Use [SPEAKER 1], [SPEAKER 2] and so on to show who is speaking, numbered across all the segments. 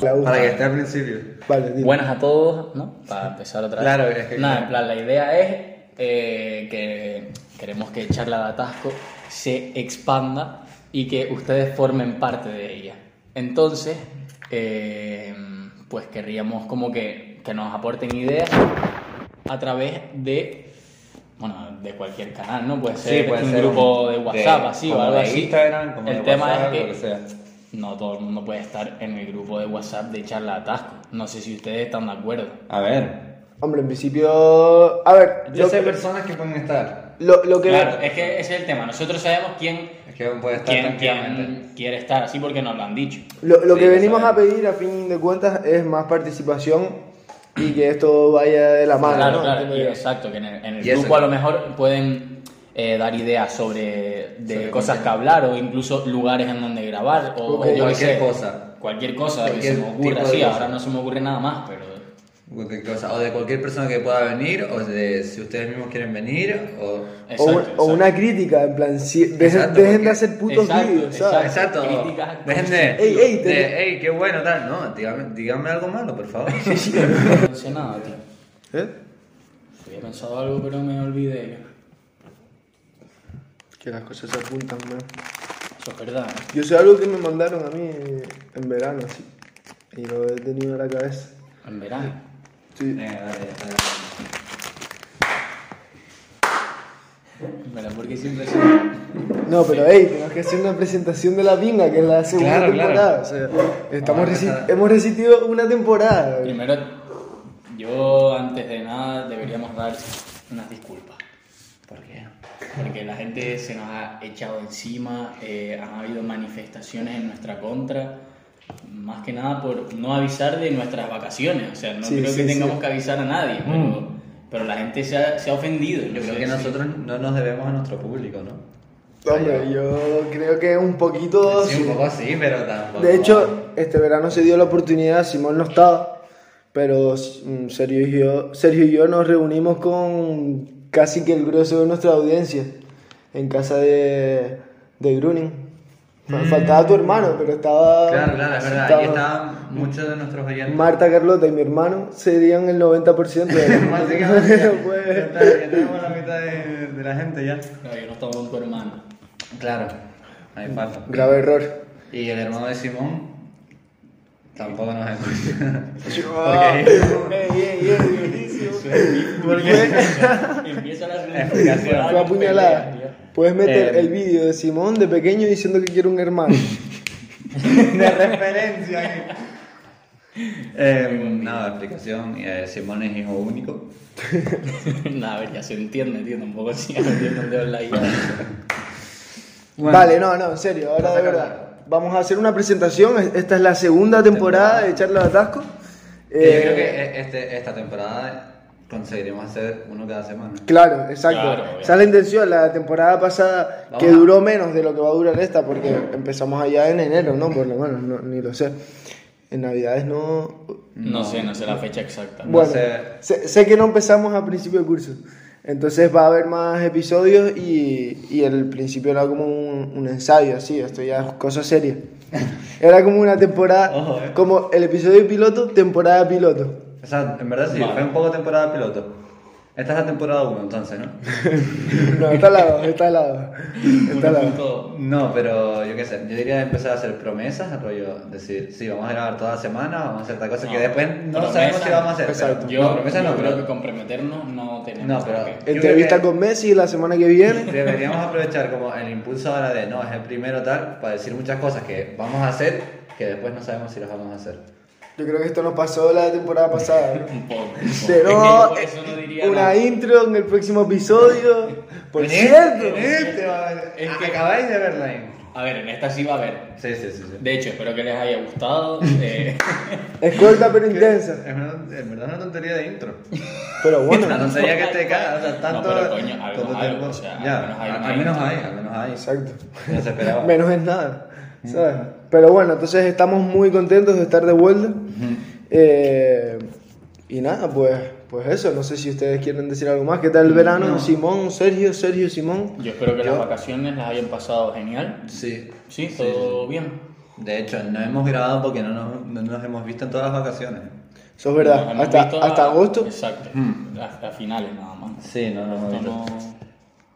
[SPEAKER 1] Claudio.
[SPEAKER 2] Para que esté al principio.
[SPEAKER 1] Vale, dime.
[SPEAKER 3] Buenas a todos, ¿no? Para empezar otra vez.
[SPEAKER 2] Claro, es que-
[SPEAKER 3] Nada, en plan, la idea es eh, que queremos que Charla de Atasco se expanda y que ustedes formen parte de ella. Entonces, eh, pues querríamos como que, que nos aporten ideas a través de. Bueno, de cualquier canal, ¿no? Puede ser
[SPEAKER 2] puede
[SPEAKER 3] un
[SPEAKER 2] ser
[SPEAKER 3] grupo de WhatsApp,
[SPEAKER 2] de-
[SPEAKER 3] así, o
[SPEAKER 2] como
[SPEAKER 3] algo
[SPEAKER 2] de
[SPEAKER 3] así.
[SPEAKER 2] Instagram, como
[SPEAKER 3] el
[SPEAKER 2] de
[SPEAKER 3] tema
[SPEAKER 2] WhatsApp,
[SPEAKER 3] es que
[SPEAKER 2] lo que sea.
[SPEAKER 3] no todo el mundo puede estar en el grupo de WhatsApp de charla de atasco. No sé si ustedes están de acuerdo.
[SPEAKER 2] A ver.
[SPEAKER 1] Hombre, en principio. A ver,
[SPEAKER 2] Yo
[SPEAKER 1] lo,
[SPEAKER 2] sé personas que pueden estar.
[SPEAKER 1] lo, lo que.
[SPEAKER 3] Claro, es que ese es el tema. Nosotros sabemos quién,
[SPEAKER 2] Es que puede estar
[SPEAKER 3] quién,
[SPEAKER 2] tranquilamente.
[SPEAKER 3] quién quiere estar así porque nos lo han dicho.
[SPEAKER 1] Lo, lo
[SPEAKER 2] Sí,
[SPEAKER 1] que
[SPEAKER 2] lo
[SPEAKER 1] venimos a
[SPEAKER 2] sabemos.
[SPEAKER 1] pedir a fin de cuentas es más participación y que esto vaya de la mano.
[SPEAKER 3] claro,
[SPEAKER 1] ¿no?
[SPEAKER 3] claro,
[SPEAKER 1] Entiendo
[SPEAKER 3] y
[SPEAKER 1] yo.
[SPEAKER 3] exacto, que en el, en el
[SPEAKER 2] Y eso-
[SPEAKER 3] grupo a lo mejor pueden eh, dar ideas sobre de
[SPEAKER 2] Sobre
[SPEAKER 3] cosas que hablar o incluso lugares en donde grabar o
[SPEAKER 2] O
[SPEAKER 3] yo qué
[SPEAKER 2] cualquier
[SPEAKER 3] sé,
[SPEAKER 2] cosa.
[SPEAKER 3] Cualquier cosa
[SPEAKER 2] Cualquier
[SPEAKER 3] que se me ocurra,
[SPEAKER 2] tipo de
[SPEAKER 3] sí,
[SPEAKER 2] cosa.
[SPEAKER 3] ahora no se me ocurre nada más, pero
[SPEAKER 2] Cualquier cosa, O de cualquier persona que pueda venir, o de si ustedes mismos quieren venir, o.
[SPEAKER 1] O, un-
[SPEAKER 3] exacto,
[SPEAKER 1] o
[SPEAKER 3] exacto.
[SPEAKER 1] una crítica, en plan, si- dejen,
[SPEAKER 2] Exacto,
[SPEAKER 1] dejen de
[SPEAKER 2] porque-
[SPEAKER 1] hacer putos
[SPEAKER 3] exacto,
[SPEAKER 1] vídeos, ¿sabes?
[SPEAKER 2] Exacto.
[SPEAKER 3] Críticas
[SPEAKER 2] Dejen de.
[SPEAKER 1] Ey, ey, te-
[SPEAKER 2] de, "Ey, qué bueno, tal. No, dígame, dígame algo malo, por favor.
[SPEAKER 3] No sé nada, tío.
[SPEAKER 1] ¿Eh?
[SPEAKER 3] Había pensado algo, pero me olvidé.
[SPEAKER 1] Que las cosas se apuntan, man.
[SPEAKER 3] Eso es verdad. ¿eh?
[SPEAKER 1] Yo sé algo que me mandaron a mí eh, en verano, así. Y lo he tenido en la cabeza.
[SPEAKER 3] En verano.
[SPEAKER 1] Sí.
[SPEAKER 2] Venga, dale, dale.
[SPEAKER 3] En verano, porque siempre se...
[SPEAKER 1] No, pero hey, tenemos que hacer una presentación de la pinga, que es la segunda
[SPEAKER 2] Claro,
[SPEAKER 1] temporada. O sea, estamos
[SPEAKER 2] Vamos a
[SPEAKER 1] resi-
[SPEAKER 2] empezar.
[SPEAKER 1] hemos resistido una temporada.
[SPEAKER 3] Primero, yo antes de nada deberíamos dar unas disculpas.
[SPEAKER 2] ¿Por qué?
[SPEAKER 3] Porque la gente se nos ha echado encima, eh, han habido manifestaciones en nuestra contra. Más que nada por no avisar de nuestras vacaciones. O sea, no
[SPEAKER 1] Sí,
[SPEAKER 3] creo
[SPEAKER 1] sí,
[SPEAKER 3] que
[SPEAKER 1] sí. Mm.
[SPEAKER 3] tengamos que avisar a nadie, pero, pero la gente se ha, se ha ofendido.
[SPEAKER 2] Yo creo
[SPEAKER 3] sé
[SPEAKER 2] que
[SPEAKER 3] si-
[SPEAKER 2] nosotros no nos debemos a nuestro público, ¿no?
[SPEAKER 1] Hombre, yo creo que un poquito.
[SPEAKER 2] Sí,
[SPEAKER 1] sí.
[SPEAKER 2] un poco así, pero tampoco.
[SPEAKER 1] De hecho, este verano se dio la oportunidad, Simón no estaba, pero mm, Sergio y yo, Sergio y yo nos reunimos con casi que el grueso de nuestra audiencia en casa de, de Gruning. Fal- Faltaba tu hermano, pero estaba.
[SPEAKER 2] Mm. Claro, claro, es verdad.
[SPEAKER 1] estaba
[SPEAKER 2] Aquí estaban muchos de nuestros oyentes.
[SPEAKER 1] Marta, Carlota y mi hermano serían el 90%
[SPEAKER 2] Básicamente,
[SPEAKER 1] de
[SPEAKER 2] ya
[SPEAKER 1] Pues,
[SPEAKER 2] está, ya tenemos la mitad de, de la gente ya.
[SPEAKER 3] No, yo no estaba con tu hermano.
[SPEAKER 2] Claro, ahí falta.
[SPEAKER 1] Grave error.
[SPEAKER 2] Y el hermano de Simón tampoco nos escucha.
[SPEAKER 1] Ey, ey, ey, buenísimo.
[SPEAKER 3] Empieza la
[SPEAKER 2] Explicación.
[SPEAKER 1] Fue apuñalada. Puedes meter
[SPEAKER 2] Eh,
[SPEAKER 1] el vídeo de Simón de pequeño diciendo que quiere un hermano.
[SPEAKER 2] de referencia aquí. Eh, nada, explicación. eh, Simón es hijo único.
[SPEAKER 3] Nada, a ver, ya se entiende, tío. Tampoco si ya no entiendo dónde habla ahí.
[SPEAKER 2] Bueno,
[SPEAKER 1] vale, no, no, en serio, ahora de
[SPEAKER 2] Saca,
[SPEAKER 1] verdad. Vamos a hacer una presentación. es- Esta es la segunda temporada de Charla de Atasco.
[SPEAKER 2] que yo creo
[SPEAKER 1] Eh,
[SPEAKER 2] que eh, este, esta temporada conseguiremos hacer uno cada semana.
[SPEAKER 1] Claro, exacto.
[SPEAKER 3] Claro,
[SPEAKER 1] Esa es la intención. La temporada pasada,
[SPEAKER 2] Vamos
[SPEAKER 1] que
[SPEAKER 2] a-
[SPEAKER 1] duró menos de lo que va a durar esta, porque empezamos allá en enero, ¿no? Por lo menos, no- ni lo sé. En Navidades no.
[SPEAKER 3] No sé, no sé la fecha exacta.
[SPEAKER 2] No
[SPEAKER 1] Bueno,
[SPEAKER 2] sé.
[SPEAKER 1] sé, sé que no empezamos a principio de curso. Entonces va a haber más episodios y, y el principio era como un, un ensayo, así, esto ya es cosa seria. Era como una temporada,
[SPEAKER 2] Ojo, eh.
[SPEAKER 1] como el episodio piloto, temporada piloto.
[SPEAKER 2] O sea, en verdad sí,
[SPEAKER 3] Vale.
[SPEAKER 2] fue un poco temporada piloto. Esta es la temporada 1, entonces, ¿no?
[SPEAKER 1] No, está al lado, está al lado. Está al lado.
[SPEAKER 2] No, pero yo qué sé, yo diría empezar a hacer promesas, rollo, decir, sí, vamos a grabar toda la semana, vamos a hacer tal cosa, que
[SPEAKER 3] No,
[SPEAKER 2] después no
[SPEAKER 3] promesa,
[SPEAKER 2] sabemos si lo vamos a hacer.
[SPEAKER 1] exacto.
[SPEAKER 2] pero-
[SPEAKER 3] Yo,
[SPEAKER 2] no, promesas
[SPEAKER 3] yo
[SPEAKER 2] no,
[SPEAKER 3] creo
[SPEAKER 2] pero
[SPEAKER 3] que comprometernos no tenemos.
[SPEAKER 2] No, pero-
[SPEAKER 3] por qué.
[SPEAKER 2] creo
[SPEAKER 1] Entrevista
[SPEAKER 2] que-
[SPEAKER 1] con Messi la semana que viene.
[SPEAKER 2] deberíamos aprovechar como el impulso ahora de, no, es el primero tal, para decir muchas cosas que vamos a hacer, que después no sabemos si las vamos a hacer.
[SPEAKER 1] Yo creo que esto nos pasó la temporada pasada. ¿no?
[SPEAKER 3] Un poco. un poco. Es que yo
[SPEAKER 1] Pero
[SPEAKER 3] por eso no diría
[SPEAKER 1] eh, una
[SPEAKER 3] nada. Pues
[SPEAKER 1] intro en el próximo episodio. Por
[SPEAKER 2] En
[SPEAKER 1] cierto.
[SPEAKER 2] este, en este, vale.
[SPEAKER 3] Es
[SPEAKER 2] Ah,
[SPEAKER 3] que-
[SPEAKER 2] acabáis de verla ahí.
[SPEAKER 3] A ver, en esta sí va a haber.
[SPEAKER 2] Sí, sí, sí. sí.
[SPEAKER 3] De hecho, espero que les haya gustado. eh,
[SPEAKER 1] Es corta pero intensa.
[SPEAKER 2] Es verdad, es verdad una tontería de intro.
[SPEAKER 1] Pero bueno.
[SPEAKER 2] Una tontería que te cagas, o sea, tanto.
[SPEAKER 3] No, pero coño, algo,
[SPEAKER 2] tanto
[SPEAKER 3] algo,
[SPEAKER 2] tiempo.
[SPEAKER 3] o sea, al
[SPEAKER 2] ya,
[SPEAKER 3] menos hay
[SPEAKER 2] al-
[SPEAKER 3] una
[SPEAKER 2] al menos
[SPEAKER 3] intro.
[SPEAKER 2] hay, al menos hay.
[SPEAKER 1] Exacto.
[SPEAKER 2] No se esperaba.
[SPEAKER 1] Menos es nada. ¿sabes? Pero bueno, entonces estamos muy contentos de estar de vuelta. Eh, y nada, pues, pues eso. No sé si ustedes quieren decir algo más. ¿Qué tal el verano? Simón, Sergio, Sergio, Simón.
[SPEAKER 3] yo espero que
[SPEAKER 2] Yo-
[SPEAKER 3] las vacaciones las hayan pasado genial.
[SPEAKER 2] Sí.
[SPEAKER 3] Sí, todo bien.
[SPEAKER 2] De hecho, no hemos grabado porque no nos, no nos hemos visto en todas las vacaciones.
[SPEAKER 1] Eso es verdad.
[SPEAKER 3] Nos hemos
[SPEAKER 1] hasta,
[SPEAKER 3] visto
[SPEAKER 1] hasta
[SPEAKER 3] a-
[SPEAKER 1] agosto. Hmm.
[SPEAKER 3] Exacto, hasta finales nada más.
[SPEAKER 2] Sí, no nos hemos
[SPEAKER 3] No,
[SPEAKER 2] visto.
[SPEAKER 3] no-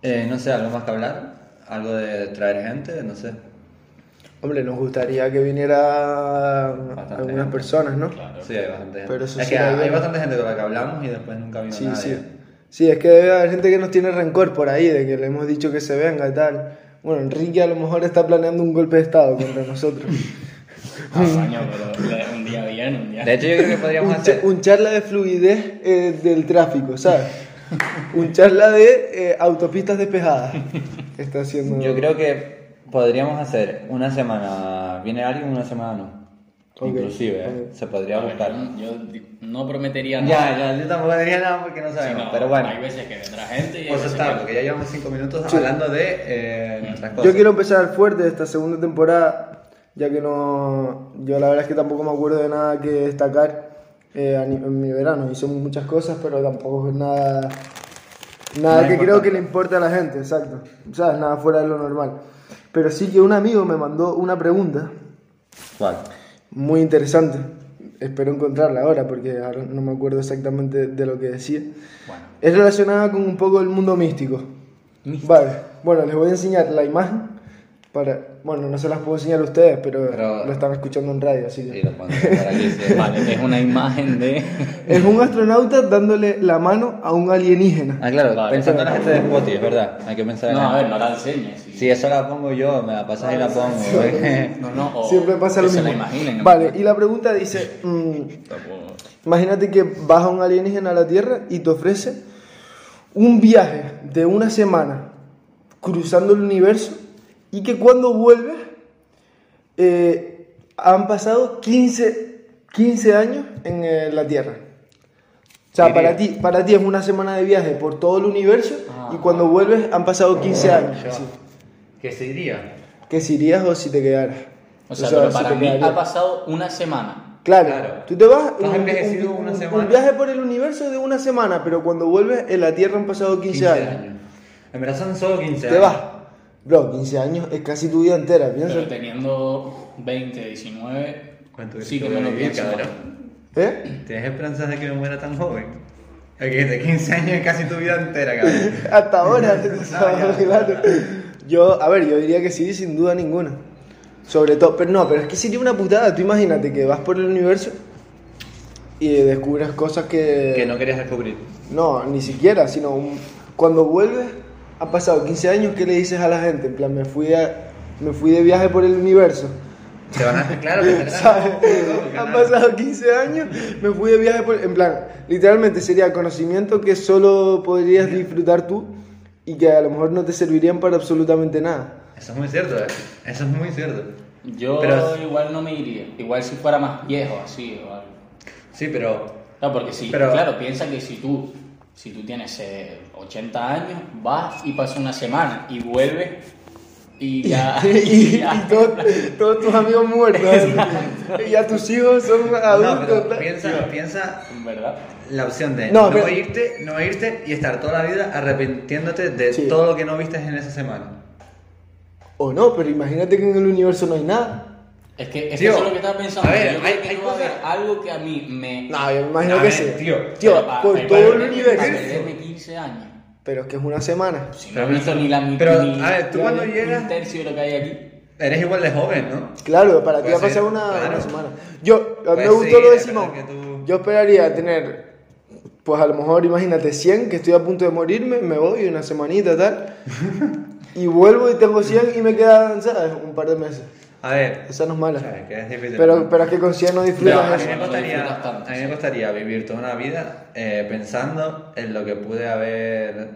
[SPEAKER 2] Eh, no sé, algo más que hablar, algo de traer gente, no sé.
[SPEAKER 1] Hombre, nos gustaría que viniera
[SPEAKER 2] Bastante
[SPEAKER 1] algunas
[SPEAKER 2] gente.
[SPEAKER 1] personas, ¿no?
[SPEAKER 3] claro.
[SPEAKER 2] Sí, hay bastante gente.
[SPEAKER 1] Pero eso
[SPEAKER 2] es
[SPEAKER 1] sí
[SPEAKER 2] que
[SPEAKER 1] la
[SPEAKER 2] hay,
[SPEAKER 1] veo.
[SPEAKER 2] bastante gente con la que hablamos y después nunca vino
[SPEAKER 1] Sí,
[SPEAKER 2] nadie.
[SPEAKER 1] sí. Sí, es que debe haber gente que nos tiene rencor por ahí, de que le hemos dicho que se venga y tal. Bueno, Enrique a lo mejor está planeando un golpe de estado contra nosotros.
[SPEAKER 3] Ah, coño, pero un día bien, un día.
[SPEAKER 2] De hecho, yo creo que podríamos
[SPEAKER 1] un, cha-
[SPEAKER 2] hacer.
[SPEAKER 1] un charla de fluidez eh, del tráfico, ¿sabes? un charla de eh, autopistas despejadas. Está haciendo...
[SPEAKER 2] Yo creo que podríamos hacer una semana. Viene alguien, una semana no.
[SPEAKER 1] Ok,
[SPEAKER 2] Inclusive, ¿eh?
[SPEAKER 1] ok.
[SPEAKER 2] se podría buscar.
[SPEAKER 3] Yo di- no prometería nada.
[SPEAKER 2] Ya, ya, yo tampoco diría nada porque no
[SPEAKER 3] sino
[SPEAKER 2] sabemos, pero bueno.
[SPEAKER 3] Hay veces que vendrá gente y hay
[SPEAKER 2] Pues
[SPEAKER 3] veces
[SPEAKER 2] está,
[SPEAKER 3] que-
[SPEAKER 2] porque ya llevamos 5 minutos
[SPEAKER 1] Sí.
[SPEAKER 2] hablando de eh, nuestras cosas.
[SPEAKER 1] Yo quiero empezar fuerte esta segunda temporada, ya que no. Yo la verdad es que tampoco me acuerdo de nada que destacar eh, a ni- en mi verano. Hice muchas cosas, pero tampoco es nada. Nada
[SPEAKER 2] Nada
[SPEAKER 1] que creo
[SPEAKER 2] importante.
[SPEAKER 1] que le importe a la gente, exacto. O sea, nada fuera de lo normal. Pero sí que un amigo me mandó una pregunta
[SPEAKER 2] ¿Cuál?
[SPEAKER 1] muy interesante. Espero encontrarla ahora, porque ahora no me acuerdo exactamente de lo que decía.
[SPEAKER 3] Bueno.
[SPEAKER 1] Es relacionada con un poco el mundo místico. Vale, bueno, les voy a enseñar la imagen para... Bueno, no se las puedo enseñar a ustedes, pero,
[SPEAKER 2] Pero-
[SPEAKER 1] lo están escuchando en radio, así que...
[SPEAKER 2] Sí, lo podemos sacar aquí. sí.
[SPEAKER 3] Vale, es una imagen de.
[SPEAKER 1] Es un astronauta dándole la mano a un alienígena.
[SPEAKER 2] Ah, claro,
[SPEAKER 3] Vale.
[SPEAKER 2] pensando en la gente de Spotify, es verdad. Hay que pensar en
[SPEAKER 3] No,
[SPEAKER 2] la
[SPEAKER 3] a
[SPEAKER 2] gente.
[SPEAKER 3] ver, no la enseñes. sí.
[SPEAKER 2] Si eso la pongo yo, me la pasas y la pongo. ¿eh?
[SPEAKER 3] No, no, o
[SPEAKER 1] Siempre pasa lo
[SPEAKER 3] Oh, que
[SPEAKER 1] mismo.
[SPEAKER 3] Se la imaginen.
[SPEAKER 1] Vale, y la pregunta dice... mm,
[SPEAKER 3] Tampoco-
[SPEAKER 1] imagínate que baja un alienígena a la Tierra y te ofrece un viaje de una semana cruzando el universo y que cuando vuelves eh, han pasado 15, 15 años en eh, la Tierra. O sea,
[SPEAKER 2] Iría.
[SPEAKER 1] para ti, para ti es una semana de viaje por todo el universo
[SPEAKER 3] Ah.
[SPEAKER 1] y cuando vuelves han pasado 15 años. Sí.
[SPEAKER 2] ¿Qué se diría?
[SPEAKER 1] Que si irías o si te quedaras.
[SPEAKER 3] O sea,
[SPEAKER 1] O sea,
[SPEAKER 3] pero
[SPEAKER 1] si
[SPEAKER 3] para
[SPEAKER 1] te
[SPEAKER 3] mí
[SPEAKER 1] quedaría.
[SPEAKER 3] ha pasado una semana.
[SPEAKER 1] Claro,
[SPEAKER 2] Claro.
[SPEAKER 1] tú te vas
[SPEAKER 2] Tú has envejecido una semana.
[SPEAKER 1] un viaje por el universo de una semana, pero cuando vuelves en la Tierra han pasado 15,
[SPEAKER 2] 15
[SPEAKER 1] años.
[SPEAKER 2] años. En verdad son solo 15
[SPEAKER 1] Te vas. Bro, 15 años es casi tu vida entera,
[SPEAKER 3] Pero
[SPEAKER 1] piensa.
[SPEAKER 3] teniendo 20, 19.
[SPEAKER 2] ¿Cuánto
[SPEAKER 3] Sí,
[SPEAKER 2] crees que
[SPEAKER 3] que me
[SPEAKER 2] voy a
[SPEAKER 3] lo
[SPEAKER 2] vivir,
[SPEAKER 3] pienso.
[SPEAKER 2] cabrón?
[SPEAKER 1] ¿Eh?
[SPEAKER 2] ¿Tienes esperanzas de que me muera tan joven? Ok, de 15 años es casi tu vida entera, cabrón.
[SPEAKER 1] Hasta ahora,
[SPEAKER 2] ya.
[SPEAKER 1] claro. Yo, a ver, yo diría que sí, sin duda ninguna. Sobre todo, pero no, pero es que sería una putada. Tú imagínate que vas por el universo y descubres cosas que.
[SPEAKER 2] Que no querías descubrir.
[SPEAKER 1] No, ni siquiera, sino un- cuando vuelves, ha pasado 15 años, ¿qué le dices a la gente? En plan, me fui, a- me fui de viaje por el universo.
[SPEAKER 2] Te van a... Claro, pues, que te
[SPEAKER 1] ¿Sabes?
[SPEAKER 2] van a-
[SPEAKER 1] Han pasado 15 años, me fui de viaje por... En plan, literalmente sería conocimiento que solo podrías disfrutar tú y que a lo mejor no te servirían para absolutamente nada.
[SPEAKER 2] Eso es muy cierto, eh. Eso es muy cierto.
[SPEAKER 3] Yo
[SPEAKER 2] Pero-
[SPEAKER 3] igual no me iría. Igual si fuera más viejo, así o algo.
[SPEAKER 2] Sí, pero
[SPEAKER 3] No, porque si,
[SPEAKER 2] Pero-
[SPEAKER 3] claro, piensa que si tú, si tú tienes eh, 80 años, vas y pasas una semana y vuelves y ya.
[SPEAKER 1] y
[SPEAKER 3] y ya.
[SPEAKER 1] y todo- todos tus amigos muertos. ¿eh? y a tus hijos son adultos.
[SPEAKER 2] no, pero
[SPEAKER 1] tal.
[SPEAKER 2] piensa, piensa
[SPEAKER 3] En ¿Verdad?
[SPEAKER 2] la opción de
[SPEAKER 1] No,
[SPEAKER 2] no,
[SPEAKER 1] pero-
[SPEAKER 2] irte, no irte y estar toda la vida arrepintiéndote de
[SPEAKER 1] Sí.
[SPEAKER 2] todo lo que no viste en esa semana.
[SPEAKER 1] O no, pero imagínate que en el universo no hay nada.
[SPEAKER 3] Es que, es que
[SPEAKER 2] Tío,
[SPEAKER 3] eso es lo que estaba pensando.
[SPEAKER 2] a ver,
[SPEAKER 3] Yo creo
[SPEAKER 2] hay-
[SPEAKER 3] que
[SPEAKER 2] hay
[SPEAKER 3] no va a haber
[SPEAKER 2] cosas-
[SPEAKER 3] algo que a mí me.
[SPEAKER 1] No, yo me imagino
[SPEAKER 2] A
[SPEAKER 1] que
[SPEAKER 2] ver,
[SPEAKER 1] sí.
[SPEAKER 2] tío,
[SPEAKER 1] Tío,
[SPEAKER 3] pa-
[SPEAKER 1] por
[SPEAKER 3] pa-
[SPEAKER 1] todo
[SPEAKER 3] para-
[SPEAKER 1] el universo.
[SPEAKER 3] Para perderme 15 años.
[SPEAKER 1] Pero es que es una semana.
[SPEAKER 3] Si
[SPEAKER 2] Pero
[SPEAKER 3] no he visto
[SPEAKER 2] no-
[SPEAKER 3] ni la mitad.
[SPEAKER 2] pero,
[SPEAKER 3] ni,
[SPEAKER 2] a ver, tú
[SPEAKER 3] ni
[SPEAKER 2] cuando
[SPEAKER 3] un
[SPEAKER 2] llegas-
[SPEAKER 3] tercio de lo que hay aquí.
[SPEAKER 2] Eres igual de joven, ¿no?
[SPEAKER 1] Claro, para ti
[SPEAKER 2] Puede
[SPEAKER 1] va a pasar
[SPEAKER 2] ser,
[SPEAKER 1] una,
[SPEAKER 2] claro.
[SPEAKER 1] una semana. Yo, a mí me
[SPEAKER 2] Pues
[SPEAKER 1] gustó
[SPEAKER 2] sí,
[SPEAKER 1] lo de
[SPEAKER 2] es verdad
[SPEAKER 1] Simón.
[SPEAKER 2] que tú-
[SPEAKER 1] Yo esperaría tener, pues a lo mejor, imagínate, 100, que estoy a punto de morirme, me voy una semanita, tal. y vuelvo y tengo 100 y me quedan, ¿sabes? Un par de meses.
[SPEAKER 2] A ver,
[SPEAKER 1] Esa no es mala.
[SPEAKER 2] sabes que es difícil.
[SPEAKER 1] Pero, pero es que con 100 no
[SPEAKER 2] Pero
[SPEAKER 1] disfrutas
[SPEAKER 2] a mí
[SPEAKER 1] eso.
[SPEAKER 2] me
[SPEAKER 3] no
[SPEAKER 2] costaría,
[SPEAKER 3] disfrutas tanto,
[SPEAKER 2] a mí me
[SPEAKER 3] sí.
[SPEAKER 2] costaría vivir toda una vida eh, pensando en lo que pude haber.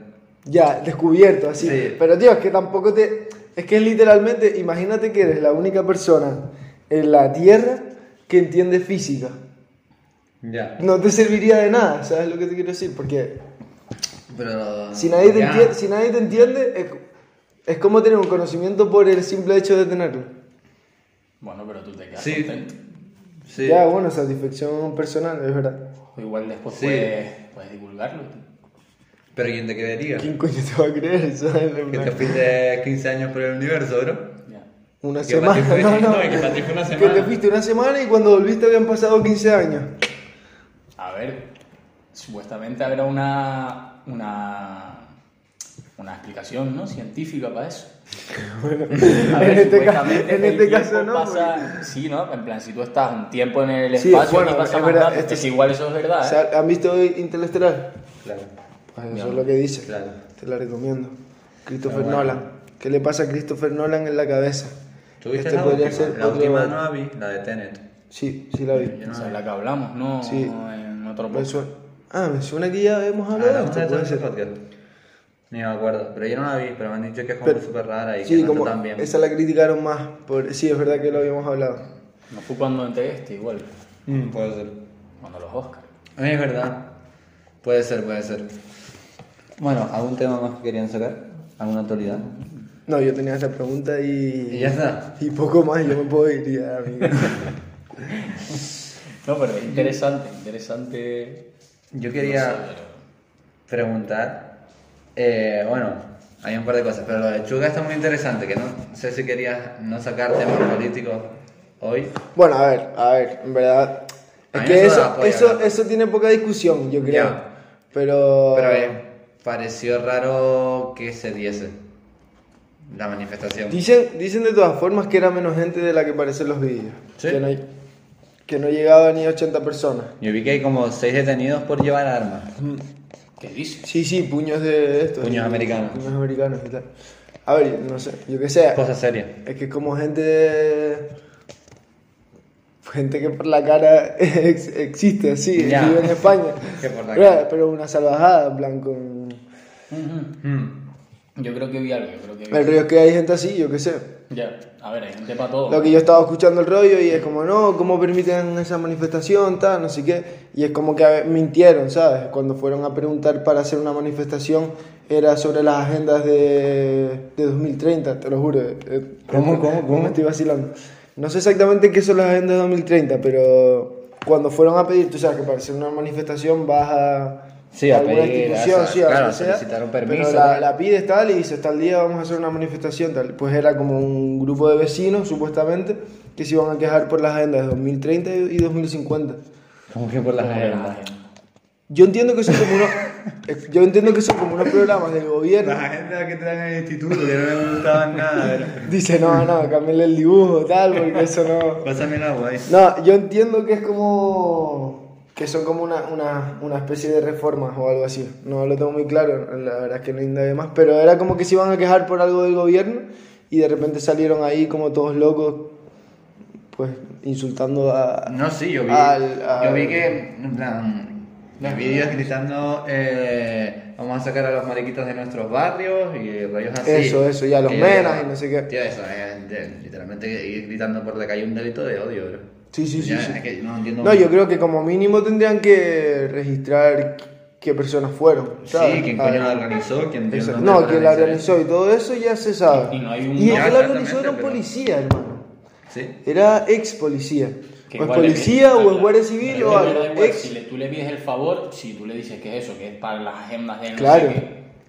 [SPEAKER 1] Ya, descubierto, así.
[SPEAKER 2] Sí.
[SPEAKER 1] Pero tío, es que tampoco te... Es que es literalmente, imagínate que eres la única persona en la Tierra que entiende física.
[SPEAKER 2] Ya.
[SPEAKER 1] No te serviría de nada, ¿sabes lo que te quiero decir? Porque
[SPEAKER 2] Pero.
[SPEAKER 1] si nadie te,
[SPEAKER 2] ya.
[SPEAKER 1] entiende, si nadie te entiende, es, es como tener un conocimiento por el simple hecho de tenerlo.
[SPEAKER 3] Bueno, pero tú te quedas
[SPEAKER 2] Sí.
[SPEAKER 3] contento.
[SPEAKER 2] Sí.
[SPEAKER 1] Ya, bueno, satisfacción personal, es verdad.
[SPEAKER 3] O igual después
[SPEAKER 2] Sí.
[SPEAKER 3] puedes, puedes divulgarlo. tío.
[SPEAKER 2] Pero ¿quién te creería?
[SPEAKER 1] ¿Quién coño te va a creer? ¿sabes?
[SPEAKER 2] Que te fuiste 15 años por el universo, bro.
[SPEAKER 3] Ya.
[SPEAKER 1] Una
[SPEAKER 2] Que para ti
[SPEAKER 1] semana.
[SPEAKER 2] fue-
[SPEAKER 1] no, no.
[SPEAKER 2] no, y que para ti fue una
[SPEAKER 1] Que te
[SPEAKER 2] semana.
[SPEAKER 1] fuiste una semana y cuando volviste habían pasado 15 años.
[SPEAKER 3] A ver, supuestamente habrá una, una, una explicación ¿no? científica para eso. A ver,
[SPEAKER 1] en este, ca-
[SPEAKER 3] supuestamente
[SPEAKER 1] en
[SPEAKER 3] el
[SPEAKER 1] este caso
[SPEAKER 3] tiempo
[SPEAKER 1] no.
[SPEAKER 3] pasa- Sí, ¿no? En plan, si tú estás un tiempo en el
[SPEAKER 1] Sí,
[SPEAKER 3] espacio, aquí
[SPEAKER 1] bueno,
[SPEAKER 3] pasa
[SPEAKER 1] es
[SPEAKER 3] más
[SPEAKER 1] verdad,
[SPEAKER 3] rápido.
[SPEAKER 1] esto
[SPEAKER 3] Es
[SPEAKER 1] sí.
[SPEAKER 3] igual eso es
[SPEAKER 2] Ah,
[SPEAKER 3] verdad.
[SPEAKER 1] O
[SPEAKER 3] ¿eh?
[SPEAKER 1] sea, ¿Han visto Interestelar?
[SPEAKER 2] Claro.
[SPEAKER 1] Pues eso
[SPEAKER 3] Bien.
[SPEAKER 1] es lo que dice.
[SPEAKER 2] Claro.
[SPEAKER 1] Te la recomiendo. Christopher
[SPEAKER 2] Pero bueno.
[SPEAKER 1] Nolan. ¿Qué le pasa a Christopher Nolan en la cabeza?
[SPEAKER 2] ¿Tú viste
[SPEAKER 1] Este
[SPEAKER 2] la
[SPEAKER 1] podría
[SPEAKER 2] última?
[SPEAKER 1] ser
[SPEAKER 2] la
[SPEAKER 1] otro-
[SPEAKER 2] última no la vi, la de Tenet.
[SPEAKER 1] Sí, sí la vi.
[SPEAKER 2] Yo no
[SPEAKER 3] Esa
[SPEAKER 2] la
[SPEAKER 3] es
[SPEAKER 2] vi.
[SPEAKER 3] la que hablamos, ¿no?
[SPEAKER 1] Sí.
[SPEAKER 3] En otro
[SPEAKER 1] Me
[SPEAKER 3] podcast.
[SPEAKER 1] suena. Ah, me suena que ya hemos hablado de
[SPEAKER 2] Hablamos
[SPEAKER 1] esto,
[SPEAKER 2] Ah,
[SPEAKER 1] puede
[SPEAKER 2] de todo ese
[SPEAKER 1] ser.
[SPEAKER 2] podcast. Ni me acuerdo, pero yo no la vi, pero me han dicho que es como
[SPEAKER 1] Pero-
[SPEAKER 2] súper rara y que
[SPEAKER 1] Sí,
[SPEAKER 2] no
[SPEAKER 1] como
[SPEAKER 2] está tan bien.
[SPEAKER 1] esa la criticaron más. Por... Sí, es verdad que lo habíamos hablado.
[SPEAKER 3] No fue cuando entré este, igual.
[SPEAKER 2] Mm, puede ser.
[SPEAKER 3] Cuando los Oscars.
[SPEAKER 2] Ah, Es verdad. Puede ser, puede ser. Bueno, ¿algún tema más que querían sacar? ¿Alguna actualidad?
[SPEAKER 1] No, yo tenía esa pregunta y...
[SPEAKER 2] Y ya está.
[SPEAKER 1] Y poco más, yo me puedo ir ya, amigo.
[SPEAKER 3] No, pero interesante, interesante.
[SPEAKER 2] Yo
[SPEAKER 3] No sé,
[SPEAKER 2] quería
[SPEAKER 3] pero-
[SPEAKER 2] preguntar. eh, bueno, hay un par de cosas, pero lo de Chuga está muy interesante, que no sé si querías no sacar temas políticos hoy.
[SPEAKER 1] Bueno, a ver, a ver, en verdad.
[SPEAKER 2] A
[SPEAKER 1] Es
[SPEAKER 2] mí
[SPEAKER 1] que
[SPEAKER 2] eso
[SPEAKER 1] eso,
[SPEAKER 2] da apoyo,
[SPEAKER 1] eso,
[SPEAKER 2] ¿no?
[SPEAKER 1] eso tiene poca discusión, yo creo.
[SPEAKER 2] Ya.
[SPEAKER 1] Pero.
[SPEAKER 2] Pero eh, pareció raro que se diese la manifestación.
[SPEAKER 1] Dicen, dicen de todas formas que era menos gente de la que parecen los vídeos.
[SPEAKER 2] Sí.
[SPEAKER 1] Que, no, que no llegaba ni a 80 personas.
[SPEAKER 2] Yo vi que hay como seis detenidos por llevar armas.
[SPEAKER 3] ¿Qué dices?
[SPEAKER 1] Sí, sí, puños de estos.
[SPEAKER 2] Puños americanos.
[SPEAKER 1] Puños americanos y tal. A ver, no sé, yo qué sé.
[SPEAKER 2] Cosa seria.
[SPEAKER 1] Es que como gente de- Gente que por la cara ex- existe, así,
[SPEAKER 2] Ya.
[SPEAKER 1] vive en España.
[SPEAKER 2] Que por la
[SPEAKER 1] Claro,
[SPEAKER 2] cara.
[SPEAKER 1] Pero una salvajada, en plan, con...
[SPEAKER 3] Ujú.
[SPEAKER 2] Mm.
[SPEAKER 3] Yo creo que vi algo, yo creo que vi.
[SPEAKER 1] El río es que hay gente así, yo qué sé.
[SPEAKER 3] Ya, a ver, hay gente para todo.
[SPEAKER 1] Lo que yo estaba escuchando el rollo y es como, no, ¿cómo permiten esa manifestación, tal, no sé qué? Y es como que a ver, mintieron, ¿sabes? Cuando fueron a preguntar para hacer una manifestación, era sobre las agendas de, de 2030, te lo juro. eh,
[SPEAKER 2] ¿Cómo, cómo,
[SPEAKER 1] no
[SPEAKER 2] cómo?
[SPEAKER 1] me estoy vacilando. No sé exactamente qué son las agendas de 2030, pero cuando fueron a pedir, tú sabes que para hacer una manifestación vas a...
[SPEAKER 2] Sí, a
[SPEAKER 1] alguna
[SPEAKER 2] pedir,
[SPEAKER 1] institución,
[SPEAKER 2] a-
[SPEAKER 1] sí, a lo
[SPEAKER 2] claro,
[SPEAKER 1] que sea,
[SPEAKER 2] solicitar un
[SPEAKER 1] pero
[SPEAKER 2] permiso,
[SPEAKER 1] la-
[SPEAKER 2] tal.
[SPEAKER 1] la pides tal y dices tal día vamos a hacer una manifestación tal. Pues era como un grupo de vecinos supuestamente que se iban a quejar por las agendas de 2030 y 2050.
[SPEAKER 2] Como que por las
[SPEAKER 3] Como que la
[SPEAKER 2] agendas.
[SPEAKER 3] gente.
[SPEAKER 1] Yo entiendo que son como unos, yo entiendo que son como unos programas del gobierno.
[SPEAKER 2] agendas que te dan en el instituto, que no me gustaban nada.
[SPEAKER 1] Dice no, no, cambiarle el dibujo tal porque eso no.
[SPEAKER 2] Pásame el agua ahí.
[SPEAKER 1] No, yo entiendo que es como. que son como una, una, una especie de reformas o algo así. No lo tengo muy claro, la verdad es que no indagué más. Pero era como que se iban a quejar por algo del gobierno y de repente salieron ahí como todos locos, pues insultando a.
[SPEAKER 2] No, sí, yo vi.
[SPEAKER 1] Al- al-
[SPEAKER 2] Yo vi que. En plan. Los vídeos gritando. eh, vamos a sacar a los mariquitos de nuestros barrios y rayos así.
[SPEAKER 1] Eso, eso, ya los
[SPEAKER 2] Y yo
[SPEAKER 1] menas
[SPEAKER 2] digo,
[SPEAKER 1] y no sé qué.
[SPEAKER 2] Tío, eso, eh, de- literalmente ir gritando por la calle un delito de odio, bro.
[SPEAKER 1] Sí, sí, sí,
[SPEAKER 2] Ya,
[SPEAKER 1] sí.
[SPEAKER 2] es que no entiendo.
[SPEAKER 1] No, yo creo que como mínimo tendrían que registrar qué personas fueron. ¿sabes?
[SPEAKER 2] Sí, quién
[SPEAKER 1] Ah,
[SPEAKER 2] coño la organizó, quién dio el
[SPEAKER 1] Exacto.
[SPEAKER 2] nombre
[SPEAKER 1] No,
[SPEAKER 2] para
[SPEAKER 1] que la
[SPEAKER 2] organizar
[SPEAKER 1] organizó y todo eso ya se sabe.
[SPEAKER 3] Y no hay un-
[SPEAKER 1] Y el
[SPEAKER 2] Ya,
[SPEAKER 1] que la organizó
[SPEAKER 2] exactamente,
[SPEAKER 1] era un
[SPEAKER 2] pero-
[SPEAKER 1] policía, hermano.
[SPEAKER 2] eso. Sí.
[SPEAKER 1] Era ex policía.
[SPEAKER 3] Que
[SPEAKER 1] O es
[SPEAKER 3] igual le
[SPEAKER 1] policía
[SPEAKER 3] pides-
[SPEAKER 1] o es
[SPEAKER 3] la-
[SPEAKER 1] guardia civil
[SPEAKER 3] la-
[SPEAKER 1] o
[SPEAKER 3] la-
[SPEAKER 1] algo.
[SPEAKER 3] da igual,
[SPEAKER 1] Ex-
[SPEAKER 3] Si le- tú le pides el favor, si tú le dices que es eso, que es para las agendas de no sé
[SPEAKER 1] Claro,
[SPEAKER 3] qué, tú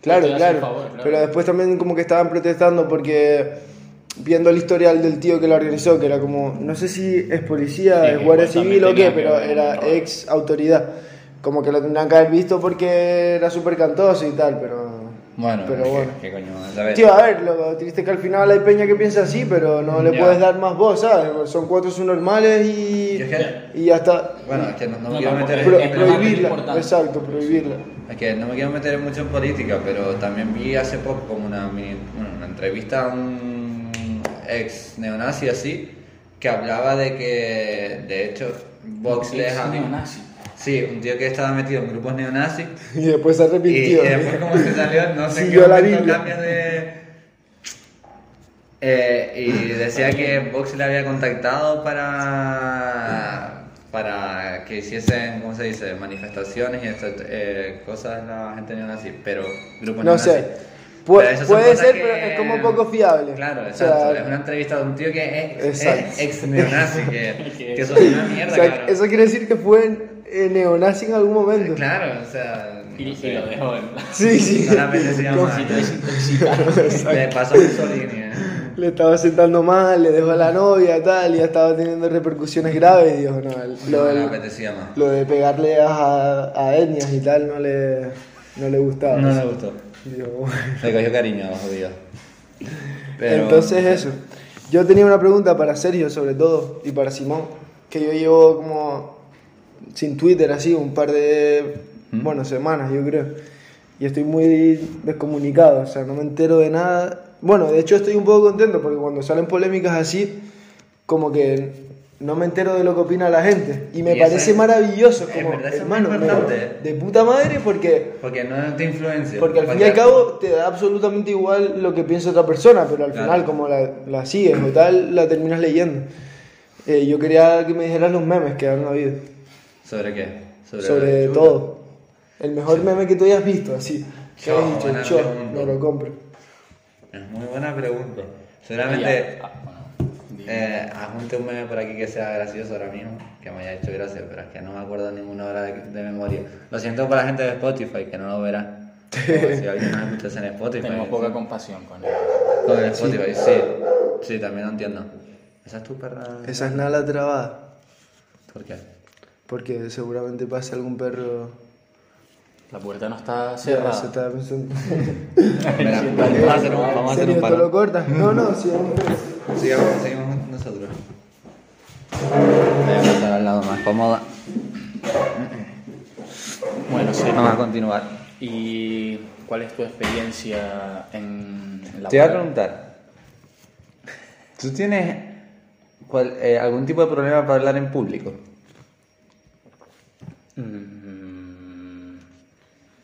[SPEAKER 1] claro,
[SPEAKER 3] le haces
[SPEAKER 1] claro.
[SPEAKER 3] el favor, claro.
[SPEAKER 1] Pero después también como que estaban protestando porque viendo el historial del tío que la organizó, que era como, no sé si es policía,
[SPEAKER 3] Sí,
[SPEAKER 1] es guardia
[SPEAKER 3] que igual también
[SPEAKER 1] civil o qué,
[SPEAKER 3] tenía que
[SPEAKER 1] pero
[SPEAKER 3] ver con
[SPEAKER 1] era
[SPEAKER 3] el robo.
[SPEAKER 1] ex autoridad. Como que lo tendrían que haber visto porque era súper cantoso y tal, pero...
[SPEAKER 2] Bueno,
[SPEAKER 1] pero
[SPEAKER 2] ¿qué-
[SPEAKER 1] bueno.
[SPEAKER 2] ¿qué, coño? A ver.
[SPEAKER 1] Tío, a ver, lo triste es que al final hay peña que piensa así, pero no le
[SPEAKER 2] Ya.
[SPEAKER 1] puedes dar más voz, ¿sabes? Son cuatro subnormales y,
[SPEAKER 2] Y es que-
[SPEAKER 1] y ya está.
[SPEAKER 2] Bueno, es que no, no me
[SPEAKER 3] No,
[SPEAKER 2] quiero
[SPEAKER 3] tampoco
[SPEAKER 2] meter
[SPEAKER 3] es-
[SPEAKER 2] en-
[SPEAKER 1] Pro-
[SPEAKER 3] es
[SPEAKER 1] prohibirla,
[SPEAKER 3] importante.
[SPEAKER 1] exacto, prohibirla.
[SPEAKER 2] Es que no me quiero meter mucho en política, pero también vi hace poco como una, mini- bueno, una entrevista a un ex neonazi así, que hablaba de que, de hecho, Vox
[SPEAKER 3] Sí,
[SPEAKER 2] les
[SPEAKER 3] es
[SPEAKER 2] ha-
[SPEAKER 3] neonazi.
[SPEAKER 2] Sí, un tío que estaba metido en grupos neonazis.
[SPEAKER 1] Y después se
[SPEAKER 2] Y, y
[SPEAKER 1] arrepintió.
[SPEAKER 2] después Eh, como se salió, no sé en qué
[SPEAKER 1] Siguió ¿eh? la
[SPEAKER 2] momento
[SPEAKER 1] Biblia.
[SPEAKER 2] cambias de... Eh, y decía que Vox le había contactado para para que hiciesen, ¿cómo se dice? Manifestaciones y estas eh, cosas la gente neonazi, pero grupos
[SPEAKER 1] No
[SPEAKER 2] neonazis.
[SPEAKER 1] sé. Pu-
[SPEAKER 2] Pero esas son
[SPEAKER 1] puede
[SPEAKER 2] cosas
[SPEAKER 1] ser,
[SPEAKER 2] que-
[SPEAKER 1] pero es como poco fiable.
[SPEAKER 2] Claro,
[SPEAKER 1] O
[SPEAKER 2] exacto.
[SPEAKER 1] sea,
[SPEAKER 2] es una entrevista de un tío que es, es
[SPEAKER 1] Exacto.
[SPEAKER 2] ex neonazi, que, que eso es una
[SPEAKER 1] o
[SPEAKER 2] mierda,
[SPEAKER 1] sea,
[SPEAKER 2] claro.
[SPEAKER 1] eso quiere decir que fue eh, neonazi en algún momento.
[SPEAKER 2] Claro, o sea...
[SPEAKER 3] Y,
[SPEAKER 2] no
[SPEAKER 3] y
[SPEAKER 2] sé.
[SPEAKER 3] lo dejo en plan.
[SPEAKER 1] Sí, sí.
[SPEAKER 2] Solamente se llama-
[SPEAKER 3] Como si te desintoxicaras.
[SPEAKER 2] Te pasó Mussolini, eh.
[SPEAKER 1] le estaba sentando mal, le dejó a la novia, tal, y ya estaba teniendo repercusiones graves. Y dijo, no, el- lo,
[SPEAKER 2] No le
[SPEAKER 1] del-
[SPEAKER 2] apetecía más.
[SPEAKER 1] lo de pegarle a, a etnias y tal no le, no le gustaba.
[SPEAKER 2] No le gustó.
[SPEAKER 1] Dijo, bueno.
[SPEAKER 2] Le cogió cariño a los judíos.
[SPEAKER 1] Entonces
[SPEAKER 2] eh,
[SPEAKER 1] eso. Yo tenía una pregunta para Sergio sobre todo y para Simón, que yo llevo como sin Twitter así un par de,
[SPEAKER 2] ¿Mm?
[SPEAKER 1] bueno, semanas yo creo. Y estoy muy descomunicado, o sea, no me entero de nada. Bueno, de hecho estoy un poco contento porque cuando salen polémicas así, como que no me entero de lo que opina la gente. Y me
[SPEAKER 2] Y eso
[SPEAKER 1] parece
[SPEAKER 2] es-
[SPEAKER 1] maravilloso,
[SPEAKER 2] en
[SPEAKER 1] como,
[SPEAKER 2] verdad eso es muy
[SPEAKER 1] hermano, me-
[SPEAKER 2] importante. eh.
[SPEAKER 1] de puta madre porque...
[SPEAKER 2] Porque no te influencia.
[SPEAKER 1] Porque al fin y al cabo te da absolutamente igual lo que piensa otra persona, pero al
[SPEAKER 2] Claro.
[SPEAKER 1] final como la, la sigues o tal, la terminas leyendo. Eh, yo quería que me dijeras los memes que han habido,
[SPEAKER 2] ¿Sobre qué?
[SPEAKER 1] sobre
[SPEAKER 2] la
[SPEAKER 1] todo. El mejor meme que tú hayas visto, así. Que
[SPEAKER 2] Yo,
[SPEAKER 1] has dicho,
[SPEAKER 2] buena
[SPEAKER 1] yo
[SPEAKER 2] pregunta.
[SPEAKER 1] no lo compro.
[SPEAKER 2] Es muy buena pregunta. Seguramente
[SPEAKER 3] Ah, bueno.
[SPEAKER 2] eh, apunte un meme por aquí que sea gracioso ahora mismo, que me haya hecho gracia, pero es que no me acuerdo ninguna hora de, de memoria. Lo siento para la gente de Spotify que no lo verá. Como si alguien nos escuchase en Spotify.
[SPEAKER 3] Tenemos poca compasión con él.
[SPEAKER 2] Con el Spotify, sí. Sí, también lo entiendo. Esa es tu perra.
[SPEAKER 1] Esa es nada trabada,
[SPEAKER 2] ¿Por qué?
[SPEAKER 1] porque seguramente pase algún perro...
[SPEAKER 3] La puerta no está
[SPEAKER 1] Ya,
[SPEAKER 3] cerrada.
[SPEAKER 1] se estaba pensando.
[SPEAKER 2] Espera, vamos a hacer un, vamos a hacer
[SPEAKER 1] ¿En
[SPEAKER 2] un
[SPEAKER 1] serio, ¿Te lo
[SPEAKER 2] paro.
[SPEAKER 1] cortas? No, no, sí, es un perro.
[SPEAKER 2] Sigamos, seguimos nosotros. Voy a pasar al lado más cómoda.
[SPEAKER 3] Bueno, sí.
[SPEAKER 2] Vamos a continuar.
[SPEAKER 3] ¿Y cuál es tu experiencia en la
[SPEAKER 2] Te voy a
[SPEAKER 3] puerta?
[SPEAKER 2] preguntar. ¿Tú tienes cual- eh, algún tipo de problema para hablar en público?
[SPEAKER 3] Mm,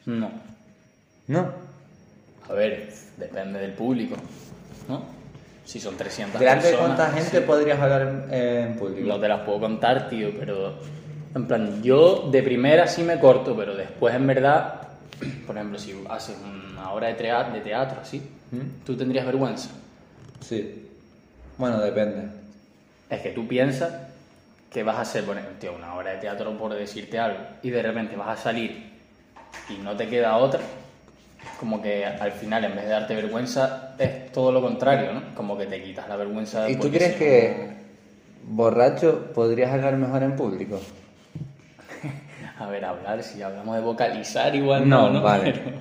[SPEAKER 3] No.
[SPEAKER 2] No.
[SPEAKER 3] A ver, depende del público, ¿no? Si son 300
[SPEAKER 2] ¿Delante de
[SPEAKER 3] personas,
[SPEAKER 2] cuánta gente podrías hablar en, eh, en público?
[SPEAKER 3] No te las puedo contar, tío, pero... En plan, yo de primera sí me corto, pero después en verdad... Por ejemplo, si haces una obra de, trea- de teatro así,
[SPEAKER 2] ¿Mm?
[SPEAKER 3] tú tendrías vergüenza.
[SPEAKER 2] Sí. Bueno, depende.
[SPEAKER 3] Es que tú piensas que vas a hacer, por ejemplo, tío, una obra de teatro por decirte algo y de repente vas a salir y no te queda otra, como que al final en vez de darte vergüenza es todo lo contrario, ¿no? Como que te quitas la vergüenza.
[SPEAKER 2] ¿Y tú
[SPEAKER 3] porque
[SPEAKER 2] crees
[SPEAKER 3] si
[SPEAKER 2] que borracho podrías hablar mejor en público?
[SPEAKER 3] no- A ver, hablar, si hablamos de vocalizar igual. No,
[SPEAKER 2] No,
[SPEAKER 3] no,
[SPEAKER 2] vale.
[SPEAKER 3] Pero-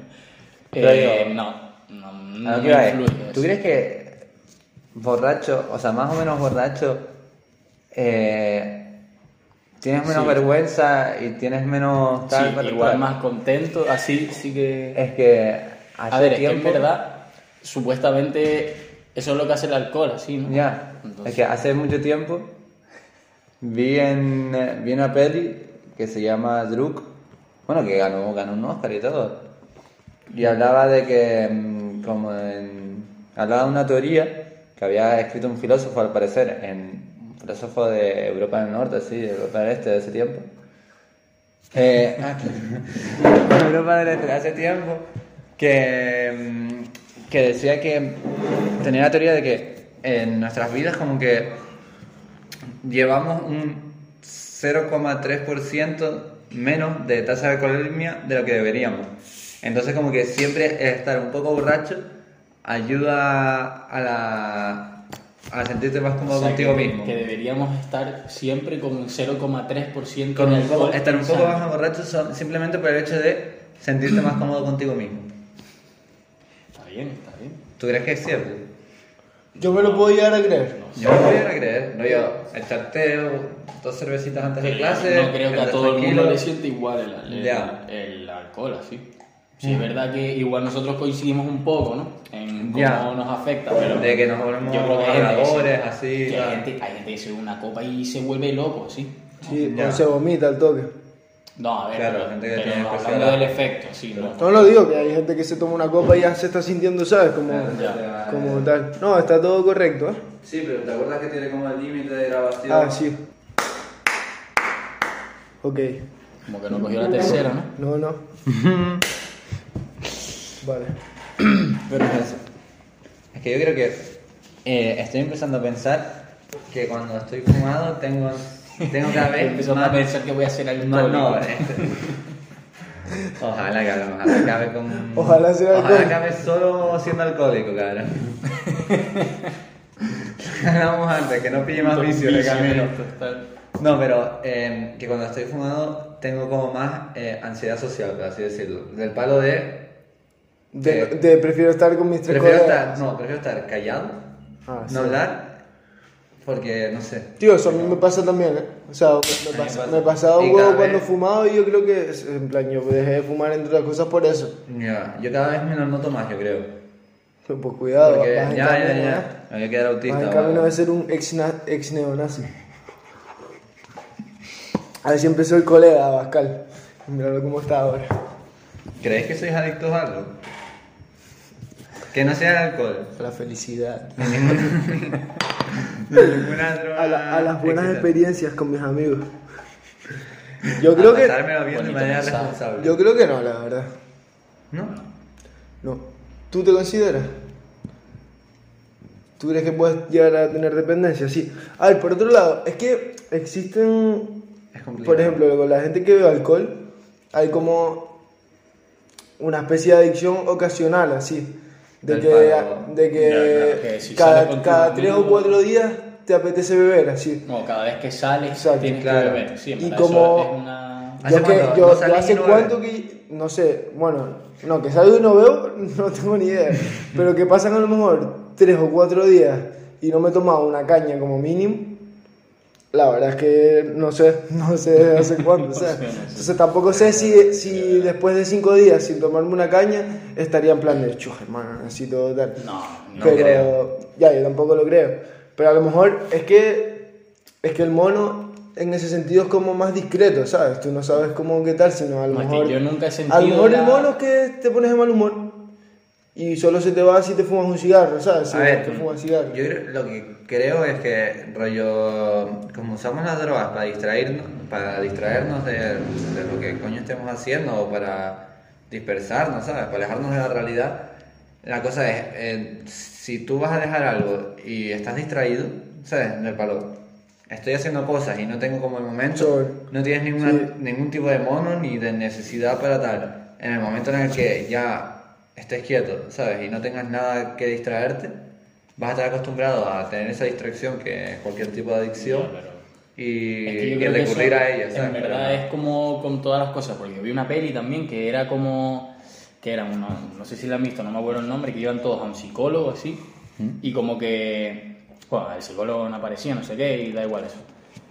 [SPEAKER 2] Pero
[SPEAKER 3] Eh,
[SPEAKER 2] digo-
[SPEAKER 3] no, no, no
[SPEAKER 2] A lo que
[SPEAKER 3] me
[SPEAKER 2] iba es,
[SPEAKER 3] influye
[SPEAKER 2] ¿Tú
[SPEAKER 3] eso.
[SPEAKER 2] crees que borracho, o sea, más o menos borracho, eh, tienes menos
[SPEAKER 3] Sí.
[SPEAKER 2] vergüenza y tienes menos
[SPEAKER 3] Sí,
[SPEAKER 2] tal, tal,
[SPEAKER 3] igual
[SPEAKER 2] tal?
[SPEAKER 3] más contento, así sí que...
[SPEAKER 2] Es que hace
[SPEAKER 3] A ver, es
[SPEAKER 2] tiempo,
[SPEAKER 3] que en verdad, supuestamente, eso es lo que hace el alcohol, así, ¿no?
[SPEAKER 2] Ya,
[SPEAKER 3] Entonces-
[SPEAKER 2] es que hace mucho tiempo vi, en, eh, vi una peli que se llama Druk, bueno, que ganó, ganó un Oscar y todo. Y hablaba de que, mm, como en- hablaba de una teoría que había escrito un filósofo, al parecer, en, un filósofo de Europa del Norte, sí, de Europa del Este de ese tiempo. Eh, ah, claro. Europa del Este de hace tiempo, que, mm, que decía que tenía la teoría de que en nuestras vidas como que llevamos un 0,3% menos de tasa de alcoholemia de lo que deberíamos. Entonces como que siempre estar un poco borracho ayuda a, la, a sentirte más
[SPEAKER 3] O
[SPEAKER 2] cómodo
[SPEAKER 3] sea,
[SPEAKER 2] contigo
[SPEAKER 3] que,
[SPEAKER 2] mismo.
[SPEAKER 3] que deberíamos estar siempre con un 0,3%
[SPEAKER 2] Con
[SPEAKER 3] de
[SPEAKER 2] un poco-
[SPEAKER 3] alcohol
[SPEAKER 2] estar un poco
[SPEAKER 3] en
[SPEAKER 2] más
[SPEAKER 3] sangre.
[SPEAKER 2] borracho son- simplemente por el hecho de sentirte más cómodo contigo mismo.
[SPEAKER 3] Está bien, está bien.
[SPEAKER 2] ¿Tú crees que es cierto?
[SPEAKER 1] Yo me lo puedo llegar a creer.
[SPEAKER 2] Yo no voy a creer, no yo, echarte dos cervecitas antes de clase.
[SPEAKER 3] Eh, no creo que a
[SPEAKER 2] estar
[SPEAKER 3] todo el
[SPEAKER 2] tranquilo.
[SPEAKER 3] mundo le siente igual el, el-
[SPEAKER 2] Ya. Mm.
[SPEAKER 3] el alcohol, así. Sí, es verdad que igual nosotros coincidimos un poco, ¿no? En cómo
[SPEAKER 2] Ya.
[SPEAKER 3] nos afecta, pero...
[SPEAKER 2] De que nos volvemos
[SPEAKER 3] yo creo que hay gente que sí-
[SPEAKER 2] habladores, así,
[SPEAKER 3] que hay,
[SPEAKER 2] tal.
[SPEAKER 3] gente, hay gente que se ve una copa y se vuelve loco, así.
[SPEAKER 1] Sí,
[SPEAKER 2] Ya.
[SPEAKER 1] o se vomita al toque.
[SPEAKER 3] No, a ver,
[SPEAKER 2] Claro,
[SPEAKER 3] pero,
[SPEAKER 2] gente que
[SPEAKER 3] pero
[SPEAKER 2] tiene
[SPEAKER 3] hablando
[SPEAKER 2] especial-
[SPEAKER 3] del efecto, sí, ¿no?
[SPEAKER 1] No lo digo, que hay gente que se toma una copa y ya se está sintiendo, ¿sabes? Como,
[SPEAKER 3] Ya.
[SPEAKER 1] como tal. No, está todo correcto, ¿eh?
[SPEAKER 2] Sí, pero ¿te acuerdas que tiene como el límite de grabación?
[SPEAKER 1] Ah, sí. Ok.
[SPEAKER 3] Como que no cogió la tercera, ¿no?
[SPEAKER 1] No, no. Vale.
[SPEAKER 2] Pero es eso. Es que yo creo que eh, estoy empezando a pensar que cuando estoy fumado tengo, tengo cada vez
[SPEAKER 3] Empezó
[SPEAKER 2] más...
[SPEAKER 3] a pensar que voy a hacer algo
[SPEAKER 2] No, no, este- Ojalá, cabrón, ojalá acabe con...
[SPEAKER 1] Ojalá sea
[SPEAKER 2] Ojalá
[SPEAKER 1] alcohólico.
[SPEAKER 2] acabe solo siendo alcohólico, cabrón. hablamos antes, que no pille más
[SPEAKER 3] Puto
[SPEAKER 2] vicio de
[SPEAKER 3] vicio,
[SPEAKER 2] camino.
[SPEAKER 3] esto, tal.
[SPEAKER 2] No, pero eh, que cuando estoy fumado tengo como más eh, ansiedad social, por así decirlo. Del palo de.
[SPEAKER 1] De,
[SPEAKER 2] eh,
[SPEAKER 1] de prefiero estar con mis tres
[SPEAKER 2] prefiero
[SPEAKER 1] colegas.
[SPEAKER 2] estar, no, prefiero estar callado,
[SPEAKER 1] Ah,
[SPEAKER 2] no
[SPEAKER 1] sí.
[SPEAKER 2] hablar, porque no sé.
[SPEAKER 1] Tío, eso a mí me pasa también, ¿eh? O sea, me,
[SPEAKER 2] me
[SPEAKER 1] pasa,
[SPEAKER 2] pasa.
[SPEAKER 1] me pasaba
[SPEAKER 2] Y
[SPEAKER 1] un huevo
[SPEAKER 2] cada
[SPEAKER 1] cuando
[SPEAKER 2] vez-
[SPEAKER 1] fumaba y yo creo que, en plan, yo dejé de fumar entre otras cosas por eso.
[SPEAKER 2] Ya, yo cada vez me lo noto más, yo creo.
[SPEAKER 1] Pues cuidado,
[SPEAKER 2] porque ya,
[SPEAKER 1] vas en
[SPEAKER 2] ya,
[SPEAKER 1] camino, ¿eh?
[SPEAKER 2] ya. Me voy a quedar autista.
[SPEAKER 1] Vas en camino
[SPEAKER 2] ¿vale?
[SPEAKER 1] de ser un ex, na- ex neonazi. Así empezó el colega, Pascal. Míralo cómo está ahora.
[SPEAKER 2] ¿Crees que sois adictos a algo? Que no sea el alcohol.
[SPEAKER 1] A La felicidad.
[SPEAKER 2] De ninguna droga
[SPEAKER 1] A, la- a las buenas
[SPEAKER 2] existe.
[SPEAKER 1] experiencias con mis amigos. Yo creo
[SPEAKER 2] a
[SPEAKER 1] que.
[SPEAKER 2] pasármelo bien de
[SPEAKER 3] Bonito
[SPEAKER 2] manera
[SPEAKER 3] mensaje.
[SPEAKER 2] responsable.
[SPEAKER 1] Yo creo que no, la verdad.
[SPEAKER 2] ¿No?
[SPEAKER 1] No. ¿Tú te consideras? ¿Tú crees que puedes llegar a tener dependencia? Sí. A ver, por otro lado, es que existen.
[SPEAKER 2] Es complicado.
[SPEAKER 1] Por ejemplo, con la gente que bebe alcohol, hay como una especie de adicción ocasional, así. De
[SPEAKER 2] Del
[SPEAKER 1] que,
[SPEAKER 2] palo.
[SPEAKER 1] de que
[SPEAKER 3] Ya, claro, que si
[SPEAKER 1] cada,
[SPEAKER 3] sales con tus
[SPEAKER 1] cada tres o
[SPEAKER 3] amigos.
[SPEAKER 1] cuatro días te apetece beber, así.
[SPEAKER 3] No, cada vez que sales
[SPEAKER 1] Exacto,
[SPEAKER 3] tienes
[SPEAKER 2] claro.
[SPEAKER 3] que beber. Sí, en
[SPEAKER 1] Y
[SPEAKER 3] verdad,
[SPEAKER 1] como-
[SPEAKER 3] eso es una...
[SPEAKER 2] ¿Hace
[SPEAKER 1] yo que,
[SPEAKER 2] cuánto?
[SPEAKER 1] yo,
[SPEAKER 2] ¿No
[SPEAKER 1] yo
[SPEAKER 2] salís y
[SPEAKER 1] hace
[SPEAKER 2] no
[SPEAKER 1] cuánto que, no sé, bueno, no, que salgo y no veo, no tengo ni idea, pero que pasan a lo mejor tres o cuatro días y no me he tomado una caña como mínimo, la verdad es que no sé, no sé hace cuánto, o sea,
[SPEAKER 3] No sé, no sé.
[SPEAKER 1] entonces tampoco sé si, si después de cinco días sin tomarme una caña estaría en plan de, chus, hermano, necesito tal.
[SPEAKER 3] No, no.
[SPEAKER 1] pero,
[SPEAKER 2] creo.
[SPEAKER 1] ya, yo tampoco lo creo, pero a lo mejor es que es que el mono en ese sentido es como más discreto, ¿sabes? Tú no sabes cómo qué tal, sino a lo
[SPEAKER 3] No, es que
[SPEAKER 1] mejor.
[SPEAKER 3] yo nunca he
[SPEAKER 1] a lo
[SPEAKER 3] sentido
[SPEAKER 1] mejor el
[SPEAKER 3] la-
[SPEAKER 1] mono es que te pones de mal humor y solo se te va si te fumas un cigarro, ¿sabes? Si
[SPEAKER 2] A ver,
[SPEAKER 1] te fumas cigarro.
[SPEAKER 2] Yo creo- lo que creo es que rollo, como usamos las drogas para distraernos, para distraernos de, de lo que coño estemos haciendo o para dispersarnos, ¿sabes? Para alejarnos de la realidad. La cosa es, eh, si tú vas a dejar algo y estás distraído, ¿sabes? Del palo. Estoy haciendo cosas y no tengo como el momento,
[SPEAKER 1] Sobre.
[SPEAKER 2] no tienes ninguna-
[SPEAKER 1] Sí.
[SPEAKER 2] ningún tipo de mono ni de necesidad para tal. En el momento en el que ya estés quieto, ¿sabes? Y no tengas nada que distraerte, vas a estar acostumbrado a tener esa distracción que es cualquier tipo de adicción y,
[SPEAKER 3] Es que yo
[SPEAKER 2] y
[SPEAKER 3] creo que
[SPEAKER 2] recurrir
[SPEAKER 3] eso,
[SPEAKER 2] a ella, ¿sabes?
[SPEAKER 3] En verdad
[SPEAKER 2] Pero-
[SPEAKER 3] es como con todas las cosas, porque yo vi una peli también que era como. que era uno, no sé si la han visto, no me acuerdo el nombre, que iban todos a un psicólogo así,
[SPEAKER 2] ¿Mm?
[SPEAKER 3] y como que. bueno, el psicólogo no aparecía, no sé qué, y da igual eso.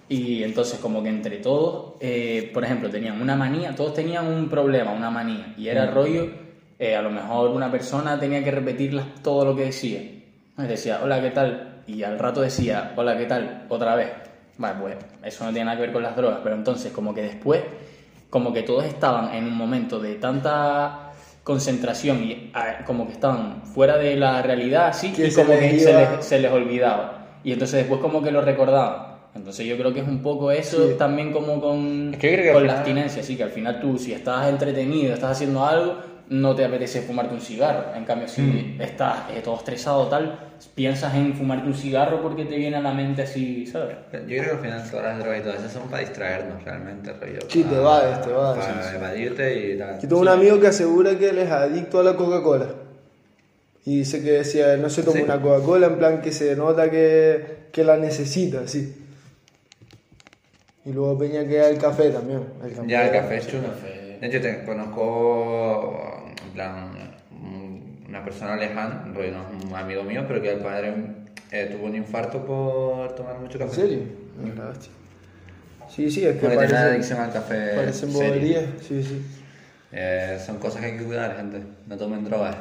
[SPEAKER 3] Y entonces, como que entre todos, eh, por ejemplo, tenían una manía, todos tenían un problema, una manía, y
[SPEAKER 2] ¿Mm?
[SPEAKER 3] era rollo, eh, a lo mejor una persona tenía que repetir las- todo lo que decía. Y decía, hola, ¿qué tal? Y al rato decía, hola, ¿qué tal? Otra vez. Vale, pues eso no tiene nada que ver con las drogas, pero entonces como que después, como que todos estaban en un momento de tanta concentración y ah, como que estaban fuera de la realidad, así,
[SPEAKER 1] Que
[SPEAKER 3] y
[SPEAKER 1] se
[SPEAKER 3] como
[SPEAKER 1] les
[SPEAKER 3] que se
[SPEAKER 1] iba-
[SPEAKER 3] les, se les olvidaba. Y entonces después como que lo recordaban. Entonces yo creo que es un poco eso
[SPEAKER 1] Sí.
[SPEAKER 3] también como con,
[SPEAKER 2] Es que yo creo que
[SPEAKER 3] con
[SPEAKER 2] al
[SPEAKER 3] la
[SPEAKER 2] final-
[SPEAKER 3] abstinencia, así que al final tú si estás entretenido, estás haciendo algo, no te apetece fumarte un cigarro. En cambio, si
[SPEAKER 2] Mm.
[SPEAKER 3] estás eh, todo estresado tal, piensas en fumarte un cigarro porque te viene a la mente así, ¿sabes?
[SPEAKER 2] Yo creo que al final todas las drogas y todo eso son para distraernos realmente, rollo.
[SPEAKER 1] Sí, te
[SPEAKER 2] para-
[SPEAKER 1] va, te va,
[SPEAKER 2] Para
[SPEAKER 1] sí, sí.
[SPEAKER 2] evadirte y tal.
[SPEAKER 1] Yo tengo un amigo que asegura que él es adicto a la Coca-Cola. Y dice que decía, no se toma
[SPEAKER 2] Sí.
[SPEAKER 1] una Coca-Cola, en plan que se nota que, que la necesita, sí. Y luego Peña que el café también.
[SPEAKER 2] Ya, el café es chulo. De hecho, te conozco, en plan, un- una persona lejana, en rollo, no es un amigo mío, pero que el padre eh, tuvo un infarto por tomar mucho
[SPEAKER 1] ¿En
[SPEAKER 2] café.
[SPEAKER 1] serio? No, la hostia. Sí, sí, es que
[SPEAKER 2] Porque tenía
[SPEAKER 1] parece,
[SPEAKER 2] adicción al café.
[SPEAKER 1] parecen
[SPEAKER 2] eh, serio.
[SPEAKER 1] boberías. Sí, sí.
[SPEAKER 2] Eh, son cosas que hay que cuidar, gente. No tomen drogas.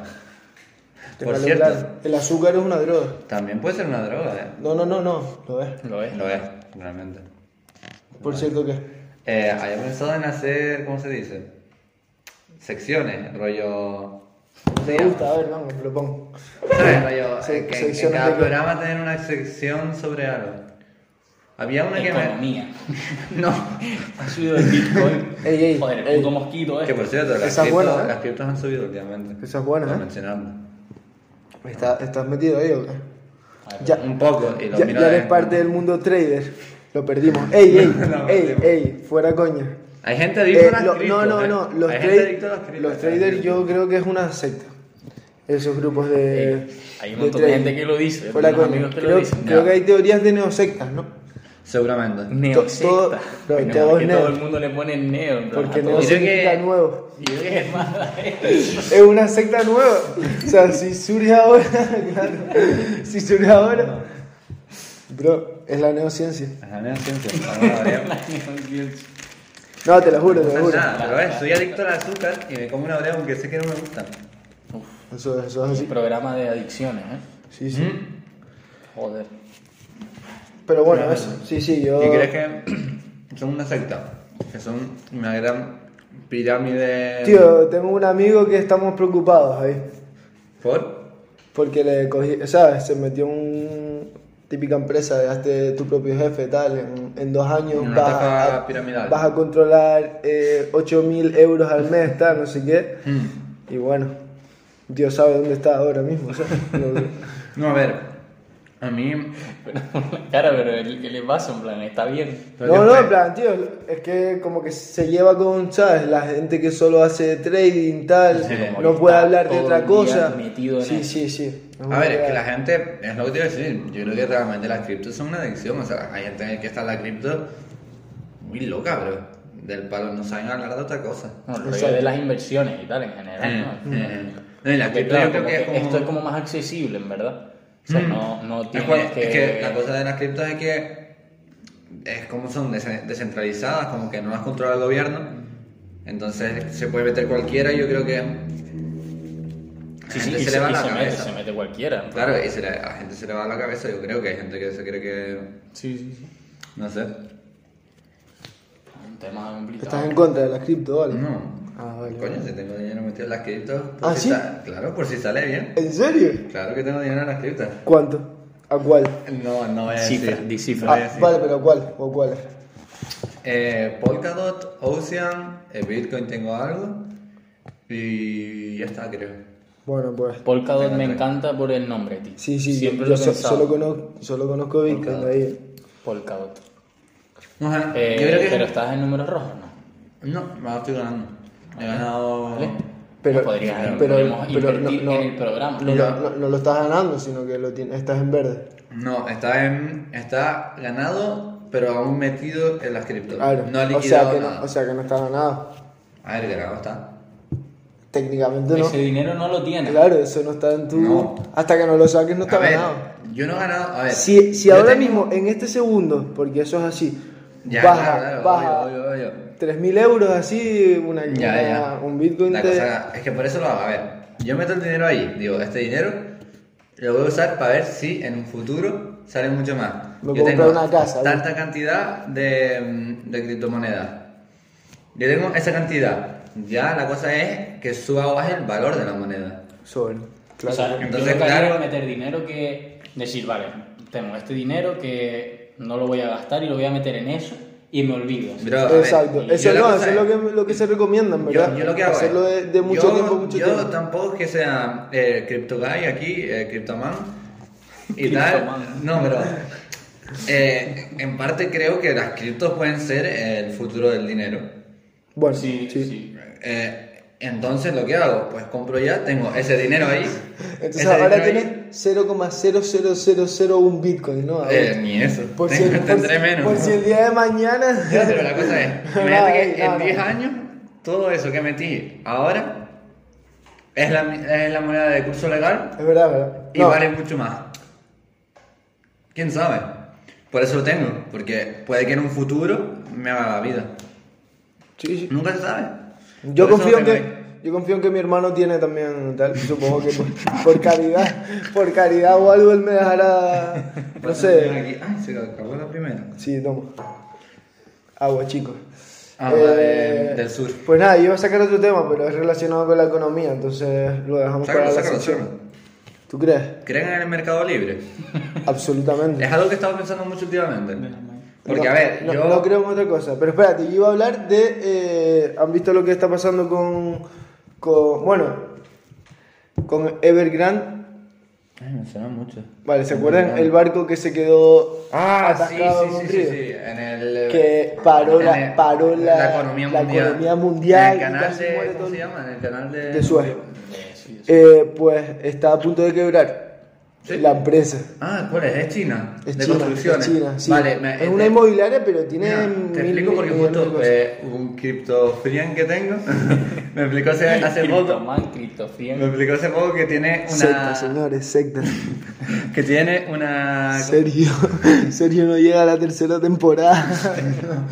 [SPEAKER 2] Por
[SPEAKER 1] Téngalo
[SPEAKER 2] cierto,
[SPEAKER 1] claro. el azúcar es una droga.
[SPEAKER 2] también puede ser una droga, ¿eh?
[SPEAKER 1] No, no, no, no, lo es.
[SPEAKER 3] Lo es.
[SPEAKER 2] Lo es, realmente.
[SPEAKER 1] Por cierto que.
[SPEAKER 2] Eh, había pensado en hacer, ¿cómo se dice? Secciones, rollo...
[SPEAKER 1] Me gusta, a ver, vamos, lo pongo.
[SPEAKER 2] ¿Sabes? Rollo,
[SPEAKER 1] Se-
[SPEAKER 2] eh, que- que, en
[SPEAKER 1] secciones de
[SPEAKER 2] cada
[SPEAKER 1] qué?
[SPEAKER 2] programa tener una sección sobre algo. Había una que me...
[SPEAKER 3] Economía.
[SPEAKER 2] No,
[SPEAKER 3] Ha subido el Bitcoin.
[SPEAKER 1] Ey, ey,
[SPEAKER 3] Joder, el
[SPEAKER 1] ey.
[SPEAKER 3] puto mosquito, eh.
[SPEAKER 2] que por cierto, las,
[SPEAKER 1] Esa es
[SPEAKER 2] criptos-
[SPEAKER 1] buena, ¿eh?
[SPEAKER 2] las criptos han subido últimamente.
[SPEAKER 1] Esa es buena,
[SPEAKER 2] Lo
[SPEAKER 1] ¿eh?
[SPEAKER 2] mencionando.
[SPEAKER 1] Está- ¿Estás metido ahí o qué?
[SPEAKER 3] A ver,
[SPEAKER 1] Ya,
[SPEAKER 2] Un poco, y lo
[SPEAKER 1] ya,
[SPEAKER 2] miro
[SPEAKER 1] ya
[SPEAKER 3] eh.
[SPEAKER 2] de-
[SPEAKER 1] eres parte del mundo trader. Lo perdimos. Ey, ey,
[SPEAKER 2] No,
[SPEAKER 1] ey,
[SPEAKER 2] perdimos.
[SPEAKER 1] ey, fuera coña.
[SPEAKER 2] Hay gente adicta
[SPEAKER 1] Eh,
[SPEAKER 2] a las
[SPEAKER 1] lo-
[SPEAKER 2] criptos,
[SPEAKER 1] no, no,
[SPEAKER 2] ¿eh?
[SPEAKER 1] no. Los,
[SPEAKER 2] Hay
[SPEAKER 1] trade-
[SPEAKER 2] gente adicta a las criptos.
[SPEAKER 1] los traders yo creo que es una secta. esos grupos de.
[SPEAKER 3] Ey, hay un montón de
[SPEAKER 1] trading.
[SPEAKER 3] gente que lo dice,
[SPEAKER 1] Fuera
[SPEAKER 3] algunos
[SPEAKER 1] coño.
[SPEAKER 3] amigos que lo
[SPEAKER 1] creo,
[SPEAKER 3] dicen.
[SPEAKER 1] creo
[SPEAKER 2] Ya.
[SPEAKER 1] que hay teorías de neosectas, ¿no?
[SPEAKER 2] Seguramente.
[SPEAKER 1] todo-
[SPEAKER 3] Neosecta.
[SPEAKER 1] no,
[SPEAKER 3] Bueno,
[SPEAKER 1] todo
[SPEAKER 3] porque
[SPEAKER 1] es neo.
[SPEAKER 3] todo el mundo le pone neo. bro,
[SPEAKER 1] Porque
[SPEAKER 3] a
[SPEAKER 1] neo
[SPEAKER 3] todo.
[SPEAKER 2] Yo creo que-
[SPEAKER 1] significa nuevo.
[SPEAKER 3] Y yo creo que es mala, eh.
[SPEAKER 1] Es una secta nueva. O sea, si surge ahora, claro. Si surge ahora. Bro, es la neociencia.
[SPEAKER 2] Es la neociencia. Vamos a ver.
[SPEAKER 1] No, te lo juro, te lo
[SPEAKER 2] No es
[SPEAKER 1] juro.
[SPEAKER 2] nada, pero ves, soy adicto al azúcar y me como una oreja aunque sé que no me gusta.
[SPEAKER 1] Eso, eso es
[SPEAKER 3] Un
[SPEAKER 1] así.
[SPEAKER 3] programa de adicciones, ¿eh?
[SPEAKER 1] Sí, sí.
[SPEAKER 3] Joder.
[SPEAKER 1] Pero bueno, eso. Sí, sí, yo.
[SPEAKER 2] ¿Y crees que son una secta? Que son una gran pirámide.
[SPEAKER 1] Tío, tengo un amigo que estamos preocupados ahí.
[SPEAKER 2] ¿Por?
[SPEAKER 1] Porque le cogí, ¿sabes? Se metió un típica empresa de hazte tu propio jefe, tal. En, en dos años
[SPEAKER 2] Una
[SPEAKER 1] vas
[SPEAKER 2] estafa
[SPEAKER 1] a,
[SPEAKER 2] piramidal.
[SPEAKER 1] vas a controlar eh, 8.000 euros al mes, tal, no sé qué.
[SPEAKER 2] Mm.
[SPEAKER 1] Y bueno, Dios sabe dónde está ahora mismo. ¿sabes? No-
[SPEAKER 2] No, a ver. A mí.
[SPEAKER 3] Pero, cara, pero el- ¿qué le pasa? En plan, está bien.
[SPEAKER 2] ¿Pero
[SPEAKER 1] no,
[SPEAKER 2] qué
[SPEAKER 1] no,
[SPEAKER 2] fue?
[SPEAKER 1] en plan, tío, es que como que se lleva con, ¿sabes? La gente que solo hace trading, tal,
[SPEAKER 2] Sí, como
[SPEAKER 1] no
[SPEAKER 3] que
[SPEAKER 1] puede
[SPEAKER 3] está
[SPEAKER 1] hablar de
[SPEAKER 3] todo el
[SPEAKER 1] otra
[SPEAKER 3] día
[SPEAKER 1] cosa.
[SPEAKER 3] metido en
[SPEAKER 1] sí,
[SPEAKER 3] eso.
[SPEAKER 1] sí, sí.
[SPEAKER 2] A ver, es que la gente, es lo que te iba a decir, yo creo que realmente las criptos son una adicción, o sea, hay gente en el que está la cripto muy loca, bro, del palo, no saben hablar de otra cosa.
[SPEAKER 3] No, el
[SPEAKER 1] O
[SPEAKER 3] rollo
[SPEAKER 1] sea-
[SPEAKER 3] de las inversiones y tal en general, Ah,
[SPEAKER 1] Mm.
[SPEAKER 3] ¿no?
[SPEAKER 2] Eh, eh, no, y la
[SPEAKER 3] Porque,
[SPEAKER 2] cripto
[SPEAKER 3] claro,
[SPEAKER 2] yo creo
[SPEAKER 3] como
[SPEAKER 2] que es
[SPEAKER 3] que
[SPEAKER 2] como...
[SPEAKER 3] esto es como más accesible, en verdad. O sea,
[SPEAKER 2] Mm.
[SPEAKER 3] no, no
[SPEAKER 2] Es
[SPEAKER 3] tienes
[SPEAKER 2] cual- es
[SPEAKER 3] que...
[SPEAKER 2] la cosa de las criptos es que es como son des- descentralizadas, como que no las controla el gobierno, entonces se puede meter cualquiera y yo creo que... la
[SPEAKER 3] Sí, sí,
[SPEAKER 2] gente
[SPEAKER 3] y
[SPEAKER 2] se
[SPEAKER 3] se,
[SPEAKER 2] le va
[SPEAKER 3] y
[SPEAKER 2] la
[SPEAKER 3] se mete,
[SPEAKER 2] cabeza.
[SPEAKER 3] se mete cualquiera. en plan.
[SPEAKER 2] Claro, y se le- a la gente se le va la cabeza, yo creo que hay gente que se cree que...
[SPEAKER 3] Sí, sí, sí.
[SPEAKER 2] No sé.
[SPEAKER 3] Un tema complicado.
[SPEAKER 1] Estás en contra de las cripto, ¿vale?
[SPEAKER 2] No.
[SPEAKER 1] Ah, vale.
[SPEAKER 2] Coño, si tengo dinero metido en las criptos. por
[SPEAKER 1] ¿Ah,
[SPEAKER 2] si
[SPEAKER 1] sí?
[SPEAKER 2] sa- Claro, por si sale bien.
[SPEAKER 1] ¿En serio?
[SPEAKER 2] Claro que tengo dinero en las criptos.
[SPEAKER 1] ¿Cuánto? ¿A cuál?
[SPEAKER 2] No, no voy a
[SPEAKER 3] Cifra,
[SPEAKER 2] decir.
[SPEAKER 3] di cifra.
[SPEAKER 2] No voy a
[SPEAKER 1] Ah,
[SPEAKER 2] decir.
[SPEAKER 1] vale, pero ¿cuál? ¿O cuál?
[SPEAKER 2] Eh, Polkadot, Ocean, eh, Bitcoin tengo algo. Y ya está, creo.
[SPEAKER 1] Bueno, pues.
[SPEAKER 3] Polkadot me encanta por el nombre, tío.
[SPEAKER 1] Sí, sí,
[SPEAKER 3] Siempre
[SPEAKER 1] yo
[SPEAKER 3] lo he
[SPEAKER 1] so-
[SPEAKER 3] pensado.
[SPEAKER 1] solo conozco, solo conozco Bitcoin
[SPEAKER 2] Mercado.
[SPEAKER 1] ahí.
[SPEAKER 3] Polkadot.
[SPEAKER 2] No sé,
[SPEAKER 3] Eh,
[SPEAKER 2] yo creo que.
[SPEAKER 3] Pero estás en números rojos, ¿no?
[SPEAKER 2] No, me estoy ganando. He ganado.
[SPEAKER 3] ¿Vale?
[SPEAKER 1] Pero,
[SPEAKER 3] No podrías,
[SPEAKER 1] pero,
[SPEAKER 3] podríamos
[SPEAKER 1] pero
[SPEAKER 3] invertir en el programa.
[SPEAKER 1] No,
[SPEAKER 2] Ya.
[SPEAKER 1] no- no lo estás ganando, sino que lo tienes, estás en verde.
[SPEAKER 2] No, está, en, está ganado, pero aún metido en las criptos.
[SPEAKER 1] Claro.
[SPEAKER 2] Este, No ha
[SPEAKER 1] o, sea
[SPEAKER 2] liquidado
[SPEAKER 1] que
[SPEAKER 2] nada.
[SPEAKER 1] no, o sea que no estás ganado.
[SPEAKER 2] A ver, ganado está.
[SPEAKER 1] Técnicamente no.
[SPEAKER 3] Ese dinero no lo tienes.
[SPEAKER 1] Claro, eso no está en tu.
[SPEAKER 2] No.
[SPEAKER 1] Hasta que no lo saques, no está
[SPEAKER 2] a ver,
[SPEAKER 1] ganado.
[SPEAKER 2] yo no he ganado. A ver,
[SPEAKER 1] Si, si
[SPEAKER 2] yo
[SPEAKER 1] ahora
[SPEAKER 2] tengo-
[SPEAKER 1] mismo, en este segundo, porque eso es así,
[SPEAKER 2] Ya,
[SPEAKER 1] baja,
[SPEAKER 2] claro, claro,
[SPEAKER 1] baja
[SPEAKER 2] obvio, obvio, obvio.
[SPEAKER 1] 3.000 euros así, una,
[SPEAKER 2] Ya,
[SPEAKER 1] una-
[SPEAKER 2] ya.
[SPEAKER 1] Ah, un Bitcoin
[SPEAKER 2] La
[SPEAKER 1] te-
[SPEAKER 2] cosa es que por eso lo hago. A ver, yo meto el dinero ahí. Digo, este dinero lo voy a usar para ver si en un futuro sale mucho más.
[SPEAKER 1] Me
[SPEAKER 2] yo
[SPEAKER 1] puedo
[SPEAKER 2] tengo
[SPEAKER 1] comprar una casa,
[SPEAKER 2] Tanta cantidad de, mm, de criptomonedas. Yo tengo esa cantidad. Ya la cosa es que suba o baje el valor de la moneda.
[SPEAKER 1] Sobre.
[SPEAKER 3] O
[SPEAKER 1] Claro.
[SPEAKER 3] sea,
[SPEAKER 2] Entonces,
[SPEAKER 3] yo nunca
[SPEAKER 2] claro.
[SPEAKER 3] quiero meter dinero que decir, vale, tengo este dinero que no lo voy a gastar y lo voy a meter en eso y me olvido.
[SPEAKER 2] Bro, a ver,
[SPEAKER 1] Exacto,
[SPEAKER 2] yo
[SPEAKER 1] eso
[SPEAKER 2] la
[SPEAKER 1] no,
[SPEAKER 2] cosa
[SPEAKER 1] eso es lo que, lo que se recomienda, en ¿verdad?
[SPEAKER 2] Yo, yo lo que hago
[SPEAKER 1] Hacerlo
[SPEAKER 2] es-
[SPEAKER 1] de, de mucho
[SPEAKER 2] yo,
[SPEAKER 1] tiempo, mucho
[SPEAKER 2] yo
[SPEAKER 1] tiempo.
[SPEAKER 2] tampoco es que sea eh, Crypto Guy aquí, eh, Cryptoman y tal.
[SPEAKER 3] Cryptoman.
[SPEAKER 2] No, pero eh, en parte creo que las criptos pueden ser el futuro del dinero.
[SPEAKER 1] Bueno,
[SPEAKER 3] Sí, sí.
[SPEAKER 2] Eh, entonces lo que hago, pues compro ya, tengo ese dinero ahí.
[SPEAKER 1] Entonces
[SPEAKER 2] ese
[SPEAKER 1] ahora
[SPEAKER 2] dinero ahí,
[SPEAKER 1] tienes 0,00001 Bitcoin, ¿no? Ahora.
[SPEAKER 2] eh, ni eso.
[SPEAKER 1] por, si
[SPEAKER 2] Tengo-
[SPEAKER 1] el, por
[SPEAKER 2] tendré
[SPEAKER 1] si-
[SPEAKER 2] menos.
[SPEAKER 1] por si el día de
[SPEAKER 2] Ya,
[SPEAKER 1] mañana.
[SPEAKER 2] pero la cosa es,
[SPEAKER 1] No,
[SPEAKER 2] imagínate
[SPEAKER 1] ahí,
[SPEAKER 2] que
[SPEAKER 1] no,
[SPEAKER 2] en
[SPEAKER 1] no.
[SPEAKER 2] 10 años todo eso que metí ahora es la, es la moneda de curso legal
[SPEAKER 1] es verdad, es verdad.
[SPEAKER 2] y
[SPEAKER 1] No,
[SPEAKER 2] vale mucho más. ¿Quién sabe? Por eso lo tengo, porque puede que en un futuro me haga la vida.
[SPEAKER 1] sí, sí.
[SPEAKER 2] Nunca se sabe.
[SPEAKER 1] Yo
[SPEAKER 2] Mm. Por eso
[SPEAKER 1] confío en
[SPEAKER 2] lo
[SPEAKER 1] que
[SPEAKER 2] tengo ahí.
[SPEAKER 1] yo confío en que mi hermano tiene también tal, supongo que por, por caridad, por caridad o algo él me dejará no sé.
[SPEAKER 2] Aquí- Ay, se acabó la primera.
[SPEAKER 1] Sí, toma. Agua, chicos.
[SPEAKER 2] Agua de- Ah, del sur.
[SPEAKER 1] Pues nada, yo iba a sacar otro tema, pero es relacionado con la economía, entonces lo dejamos
[SPEAKER 2] Sácalo,
[SPEAKER 1] para la
[SPEAKER 2] sácalo,
[SPEAKER 1] sección.
[SPEAKER 2] sácalo.
[SPEAKER 1] ¿Tú crees?
[SPEAKER 2] ¿Creen en el mercado libre?
[SPEAKER 1] Absolutamente.
[SPEAKER 2] Es algo que he estado pensando mucho últimamente. Porque,
[SPEAKER 1] No,
[SPEAKER 2] a ver,
[SPEAKER 1] no,
[SPEAKER 2] yo...
[SPEAKER 1] no creo en otra cosa. Pero espérate, yo iba a hablar de. eh, ¿Han visto lo que está pasando con. con. bueno. con Evergrande?
[SPEAKER 2] Ay, me suena mucho.
[SPEAKER 1] Vale, ¿se acuerdan? El barco que se quedó
[SPEAKER 2] Ah, sí,
[SPEAKER 1] atascado
[SPEAKER 2] sí,
[SPEAKER 1] en un
[SPEAKER 2] sí,
[SPEAKER 1] río.
[SPEAKER 2] sí, sí, en el...
[SPEAKER 1] Que paró
[SPEAKER 2] en
[SPEAKER 1] la-
[SPEAKER 2] el-
[SPEAKER 1] paró la-
[SPEAKER 2] economía
[SPEAKER 1] la
[SPEAKER 2] mundial.
[SPEAKER 1] economía mundial
[SPEAKER 2] En el
[SPEAKER 1] y
[SPEAKER 2] canal
[SPEAKER 1] casi
[SPEAKER 2] de...
[SPEAKER 1] muere
[SPEAKER 2] ¿Cómo
[SPEAKER 1] todo-
[SPEAKER 2] se llama? En el canal de...
[SPEAKER 1] De Suez.
[SPEAKER 3] Sí, sí, sí.
[SPEAKER 1] eh, pues está a punto de quebrar
[SPEAKER 2] ¿Sí?
[SPEAKER 1] la empresa.
[SPEAKER 2] Ah, ¿cuál es? Es China.
[SPEAKER 1] Es
[SPEAKER 2] de
[SPEAKER 1] China,
[SPEAKER 2] construcciones.
[SPEAKER 1] es China, sí.
[SPEAKER 2] Vale, me-
[SPEAKER 1] es una
[SPEAKER 2] eh,
[SPEAKER 1] inmobiliaria, pero tiene.
[SPEAKER 2] mira,
[SPEAKER 1] mil
[SPEAKER 2] te explico porque
[SPEAKER 1] millones de
[SPEAKER 2] justo
[SPEAKER 1] cosas.
[SPEAKER 2] eh, un criptofriend que tengo me explicó hace, Eh, hace poco
[SPEAKER 3] Criptoman, criptofriend.
[SPEAKER 2] me explicó hace poco que tiene
[SPEAKER 1] Secta,
[SPEAKER 2] una
[SPEAKER 1] señores, secta.
[SPEAKER 2] que tiene una
[SPEAKER 1] Sergio, Sergio no llega a la tercera temporada.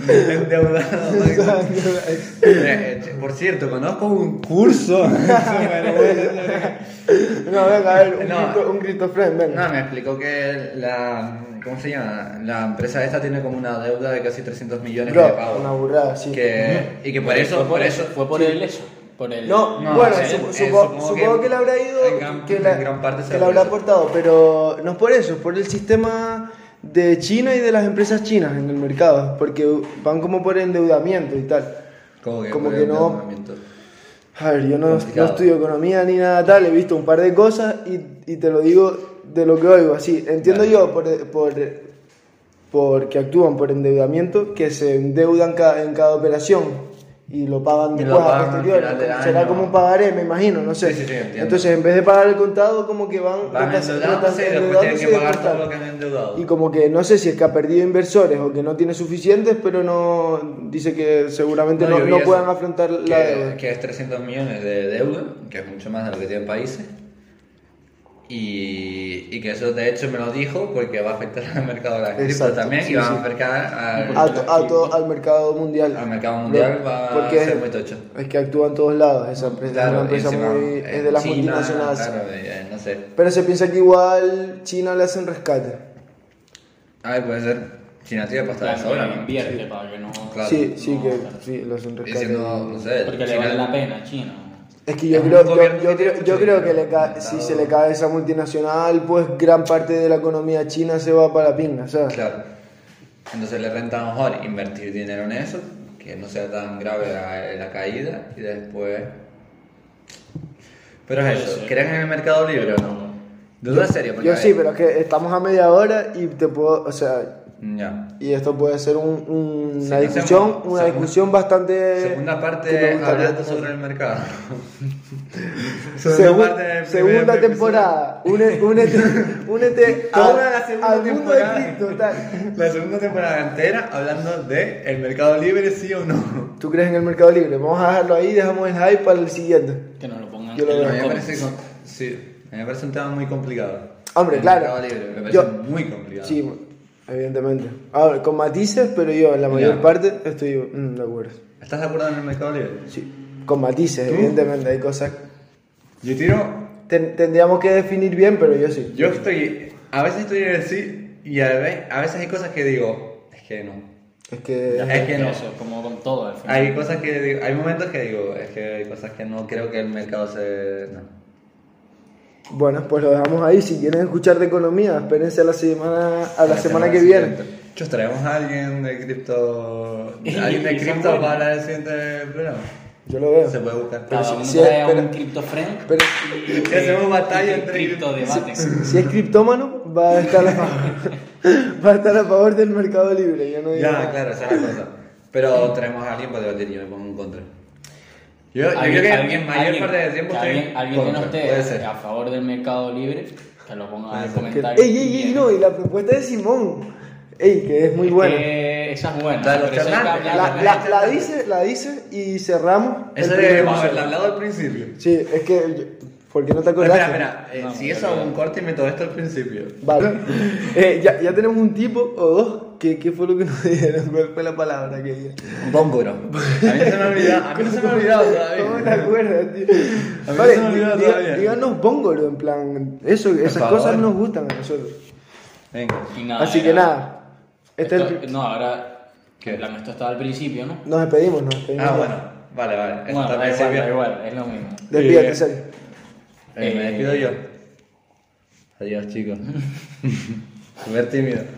[SPEAKER 2] endeudado. ¿no? Eh, eh, Por cierto, conozco un curso.
[SPEAKER 1] No, venga, a ver, un,
[SPEAKER 2] No.
[SPEAKER 1] cripto, un criptofriend, venga.
[SPEAKER 2] No, me explicó que la. ¿Cómo se llama? La empresa esta tiene como una deuda de casi 300 millones de
[SPEAKER 1] Bro, una
[SPEAKER 2] pagos.
[SPEAKER 1] burrada, sí.
[SPEAKER 2] Que, y que por
[SPEAKER 3] fue
[SPEAKER 2] eso, por eso.
[SPEAKER 3] Fue por el eso. Por el,
[SPEAKER 1] No,
[SPEAKER 2] No,
[SPEAKER 1] bueno,
[SPEAKER 2] o sea,
[SPEAKER 1] sup- supo-
[SPEAKER 2] eh, supongo
[SPEAKER 1] supongo,
[SPEAKER 2] que
[SPEAKER 1] que, le habrá ido,
[SPEAKER 2] en gran-
[SPEAKER 1] que, la,
[SPEAKER 2] en gran parte será
[SPEAKER 1] que la
[SPEAKER 2] por
[SPEAKER 1] habrá
[SPEAKER 2] eso.
[SPEAKER 1] aportado, pero no es por eso, es por el sistema de China y de las empresas chinas en el mercado, porque van como por endeudamiento y tal.
[SPEAKER 2] Como que,
[SPEAKER 1] como
[SPEAKER 2] por
[SPEAKER 1] que
[SPEAKER 2] el
[SPEAKER 1] no-
[SPEAKER 2] endeudamiento.
[SPEAKER 1] A ver, yo no, no
[SPEAKER 2] Complicado.
[SPEAKER 1] estudio economía ni nada tal, he visto un par de cosas y, y te lo digo de lo que oigo, así. Entiendo
[SPEAKER 2] Vale.
[SPEAKER 1] yo por, por, porque actúan por endeudamiento, que se endeudan ca- en cada operación y lo pagan
[SPEAKER 2] Y lo
[SPEAKER 1] después
[SPEAKER 2] pagan
[SPEAKER 1] a
[SPEAKER 2] al
[SPEAKER 1] posteriori.
[SPEAKER 2] final del
[SPEAKER 1] como- Será
[SPEAKER 2] año.
[SPEAKER 1] como un pagaré, me imagino, no sé.
[SPEAKER 2] Sí, sí, sí, entiendo.
[SPEAKER 1] Entonces, en vez de pagar el contado, como que van,
[SPEAKER 2] Van
[SPEAKER 1] rotas- rotas-
[SPEAKER 2] endeudándose y después tienen
[SPEAKER 1] endeudándose
[SPEAKER 2] que
[SPEAKER 1] y
[SPEAKER 2] pagar
[SPEAKER 1] después
[SPEAKER 2] todo
[SPEAKER 1] tal.
[SPEAKER 2] lo que han endeudado.
[SPEAKER 1] Y como que no sé si es que ha perdido inversores o que no tiene suficientes, pero no dice que seguramente
[SPEAKER 2] No,
[SPEAKER 1] no,
[SPEAKER 2] yo vi
[SPEAKER 1] no
[SPEAKER 2] eso.
[SPEAKER 1] puedan afrontar la deuda.
[SPEAKER 2] que, que es 300 millones de deuda, que es mucho más de lo que tienen países. Y, y que eso de hecho me lo dijo porque va a afectar al mercado de la cripto
[SPEAKER 1] Exacto,
[SPEAKER 2] también
[SPEAKER 1] sí,
[SPEAKER 2] y va
[SPEAKER 1] sí.
[SPEAKER 2] a afectar al,
[SPEAKER 1] a, to- a to- al mercado mundial.
[SPEAKER 2] al mercado mundial. Va
[SPEAKER 1] Porque
[SPEAKER 2] a ser
[SPEAKER 1] es-
[SPEAKER 2] muy tocho.
[SPEAKER 1] Es que actúa en todos lados esa empresa. es una
[SPEAKER 2] Claro, y
[SPEAKER 1] empresa
[SPEAKER 2] encima,
[SPEAKER 1] muy,
[SPEAKER 2] eh,
[SPEAKER 1] es de las
[SPEAKER 2] China,
[SPEAKER 1] multinacionales.
[SPEAKER 2] Claro, eh, no sé.
[SPEAKER 1] Pero se piensa que igual China le hacen rescate.
[SPEAKER 2] Ay, puede ser. China tiene pasta de
[SPEAKER 3] Claro,
[SPEAKER 2] sobra,
[SPEAKER 3] que
[SPEAKER 2] ¿no?
[SPEAKER 3] invierte para que no.
[SPEAKER 2] Claro.
[SPEAKER 1] sí, sí,
[SPEAKER 3] no,
[SPEAKER 1] que
[SPEAKER 3] claro.
[SPEAKER 1] sí, le hacen
[SPEAKER 2] Y
[SPEAKER 1] rescate.
[SPEAKER 2] siendo, no sé.
[SPEAKER 3] Porque le
[SPEAKER 2] China-
[SPEAKER 3] vale la pena, chino.
[SPEAKER 1] Es que yo
[SPEAKER 2] Es un
[SPEAKER 1] creo, yo,
[SPEAKER 2] gobierno
[SPEAKER 1] yo
[SPEAKER 2] que tiene
[SPEAKER 1] creo,
[SPEAKER 2] mucho
[SPEAKER 1] yo creo que
[SPEAKER 2] dinero,
[SPEAKER 1] le ca-
[SPEAKER 2] un
[SPEAKER 1] si
[SPEAKER 2] estado.
[SPEAKER 1] se le cae esa multinacional, pues gran parte de la economía china se va para la pinga, ¿sabes?
[SPEAKER 2] Claro. Entonces le renta mejor invertir dinero en eso, que no sea tan grave la, la caída, y después. Pero es eso, ¿creen en el mercado libre o no? Duda seria, porque.
[SPEAKER 1] Yo
[SPEAKER 2] a
[SPEAKER 1] sí,
[SPEAKER 2] ver,
[SPEAKER 1] pero es que estamos a media hora y te puedo, o sea,
[SPEAKER 2] Ya.
[SPEAKER 1] y esto puede ser un- un-
[SPEAKER 2] Sí,
[SPEAKER 1] una
[SPEAKER 2] no
[SPEAKER 1] discusión,
[SPEAKER 2] hacemos-
[SPEAKER 1] una
[SPEAKER 2] hacemos-
[SPEAKER 1] discusión bastante
[SPEAKER 2] Segunda
[SPEAKER 1] que Eh, me
[SPEAKER 2] parte
[SPEAKER 1] gustaría
[SPEAKER 2] hablando
[SPEAKER 1] tener.
[SPEAKER 2] sobre el mercado.
[SPEAKER 1] Segu-
[SPEAKER 2] parte del primer
[SPEAKER 1] segunda
[SPEAKER 2] episodio.
[SPEAKER 1] temporada. Une- Únete, únete a-
[SPEAKER 2] Toda la segunda
[SPEAKER 1] al mundo de
[SPEAKER 2] temporada.
[SPEAKER 1] Cristo. tal.
[SPEAKER 2] La segunda temporada entera hablando de el mercado libre, sí o no.
[SPEAKER 1] ¿Tú crees en el mercado libre? Vamos a dejarlo ahí, dejamos el hype para el siguiente.
[SPEAKER 3] Que nos lo pongan
[SPEAKER 1] Yo lo
[SPEAKER 3] en
[SPEAKER 1] veo.
[SPEAKER 2] A
[SPEAKER 3] los
[SPEAKER 2] mí me
[SPEAKER 3] comments.
[SPEAKER 2] parece, con- sí, a mí me parece un tema muy complicado.
[SPEAKER 1] Hombre,
[SPEAKER 2] el
[SPEAKER 1] claro.
[SPEAKER 2] Mercado libre, me parece
[SPEAKER 1] Yo-
[SPEAKER 2] muy complicado.
[SPEAKER 1] Sí, evidentemente. Ahora, con matices, pero yo en la mayor
[SPEAKER 2] Ya.
[SPEAKER 1] parte estoy mm, de acuerdo.
[SPEAKER 2] ¿Estás de acuerdo en el mercado libre?
[SPEAKER 1] Sí, con matices,
[SPEAKER 2] ¿Tú?
[SPEAKER 1] evidentemente. Hay cosas.
[SPEAKER 2] Yo tiro.
[SPEAKER 1] ten- tendríamos que definir bien, pero yo sí.
[SPEAKER 2] Yo estoy. A veces estoy en el sí y a veces, a veces hay cosas que digo. Es que no.
[SPEAKER 1] Es que.
[SPEAKER 2] Es que no.
[SPEAKER 3] Eso, como con todo al final.
[SPEAKER 2] Hay cosas que digo- Hay momentos que digo. Es que hay cosas que no creo que el mercado se. no.
[SPEAKER 1] Bueno, pues lo dejamos ahí. Si quieren escuchar de economía, espérense a la semana, a la semana que viene.
[SPEAKER 2] siguiente. Chus, traemos a alguien de cripto.
[SPEAKER 3] Y-
[SPEAKER 2] Alguien de
[SPEAKER 3] y son
[SPEAKER 2] cripto
[SPEAKER 3] buenos. Ah,
[SPEAKER 2] para hablar del siguiente programa.
[SPEAKER 1] Yo lo veo.
[SPEAKER 2] Se puede buscar.
[SPEAKER 3] Cada
[SPEAKER 1] si-
[SPEAKER 3] uno
[SPEAKER 1] si
[SPEAKER 3] trae
[SPEAKER 1] es-
[SPEAKER 3] a un
[SPEAKER 1] pero-
[SPEAKER 3] cripto friend
[SPEAKER 1] pero-
[SPEAKER 3] y
[SPEAKER 2] Que hacemos batalla
[SPEAKER 3] y
[SPEAKER 2] entre-
[SPEAKER 3] cripto debate.
[SPEAKER 1] Si es criptómano, va a estar a favor, va a estar a favor del mercado libre. Yo no digo
[SPEAKER 2] Ya,
[SPEAKER 1] nada.
[SPEAKER 2] claro, esa es la cosa. Pero traemos a alguien para debatir, yo me pongo en contra. Yo, yo creo que en mayor parte del tiempo
[SPEAKER 3] que
[SPEAKER 2] estoy en
[SPEAKER 3] alguien, alguien que no
[SPEAKER 2] contra,
[SPEAKER 3] esté
[SPEAKER 2] puede ser.
[SPEAKER 3] a favor del mercado libre, que lo ponga en el
[SPEAKER 1] Que-
[SPEAKER 3] comentario.
[SPEAKER 1] ey, ey, ey, no, y la propuesta de Simón, ey, que es muy
[SPEAKER 3] Es
[SPEAKER 1] buena.
[SPEAKER 3] que esa es buena.
[SPEAKER 2] La de los
[SPEAKER 3] por eso hay que
[SPEAKER 2] charlantes,
[SPEAKER 3] hablar
[SPEAKER 1] La,
[SPEAKER 3] de-
[SPEAKER 1] la- la dice, la dice y cerramos. el
[SPEAKER 2] Eso
[SPEAKER 1] primer
[SPEAKER 2] debemos haberlo
[SPEAKER 1] episodio.
[SPEAKER 2] hablado al principio.
[SPEAKER 1] Sí, es que, yo- ¿por qué no te
[SPEAKER 2] Espera,
[SPEAKER 1] acordaste?
[SPEAKER 2] espera, eh,
[SPEAKER 3] No,
[SPEAKER 2] si
[SPEAKER 3] me
[SPEAKER 2] eso hago
[SPEAKER 3] acuerdo.
[SPEAKER 2] un corte y meto esto al principio.
[SPEAKER 1] Vale, Eh, ya, ya tenemos un tipo o dos. ¿Qué, ¿Qué fue lo que nos dijeron? ¿Cuál fue la palabra que dijeron?
[SPEAKER 2] Un bómboro. A mí se me ha olvidado, a mí no se me ha olvidado
[SPEAKER 1] ¿Cómo te
[SPEAKER 2] todavía.
[SPEAKER 1] acuerdas, tío?
[SPEAKER 2] A mí
[SPEAKER 1] Vale,
[SPEAKER 2] se me olvidó
[SPEAKER 1] di-
[SPEAKER 2] todavía.
[SPEAKER 1] díganos bóngolo, en plan. Eso, esas
[SPEAKER 2] favor.
[SPEAKER 1] cosas nos gustan a nosotros.
[SPEAKER 2] Venga.
[SPEAKER 3] y nada,
[SPEAKER 1] Así que
[SPEAKER 3] Ah, era-
[SPEAKER 1] nada, este es el
[SPEAKER 3] Esto-
[SPEAKER 1] pri-
[SPEAKER 3] No, ahora.
[SPEAKER 2] ¿Qué?
[SPEAKER 3] La esto estaba al principio, ¿no?
[SPEAKER 1] nos despedimos, nos despedimos.
[SPEAKER 2] Ah, bueno, vale, vale. Esto
[SPEAKER 3] Bueno, da
[SPEAKER 2] también
[SPEAKER 3] igual,
[SPEAKER 2] sirvió.
[SPEAKER 3] da igual, es lo mismo.
[SPEAKER 1] Despídate,
[SPEAKER 2] Eh,
[SPEAKER 1] Sergio.
[SPEAKER 3] Eh.
[SPEAKER 2] Eh, me despido yo. Adiós, chicos. Súper tímido.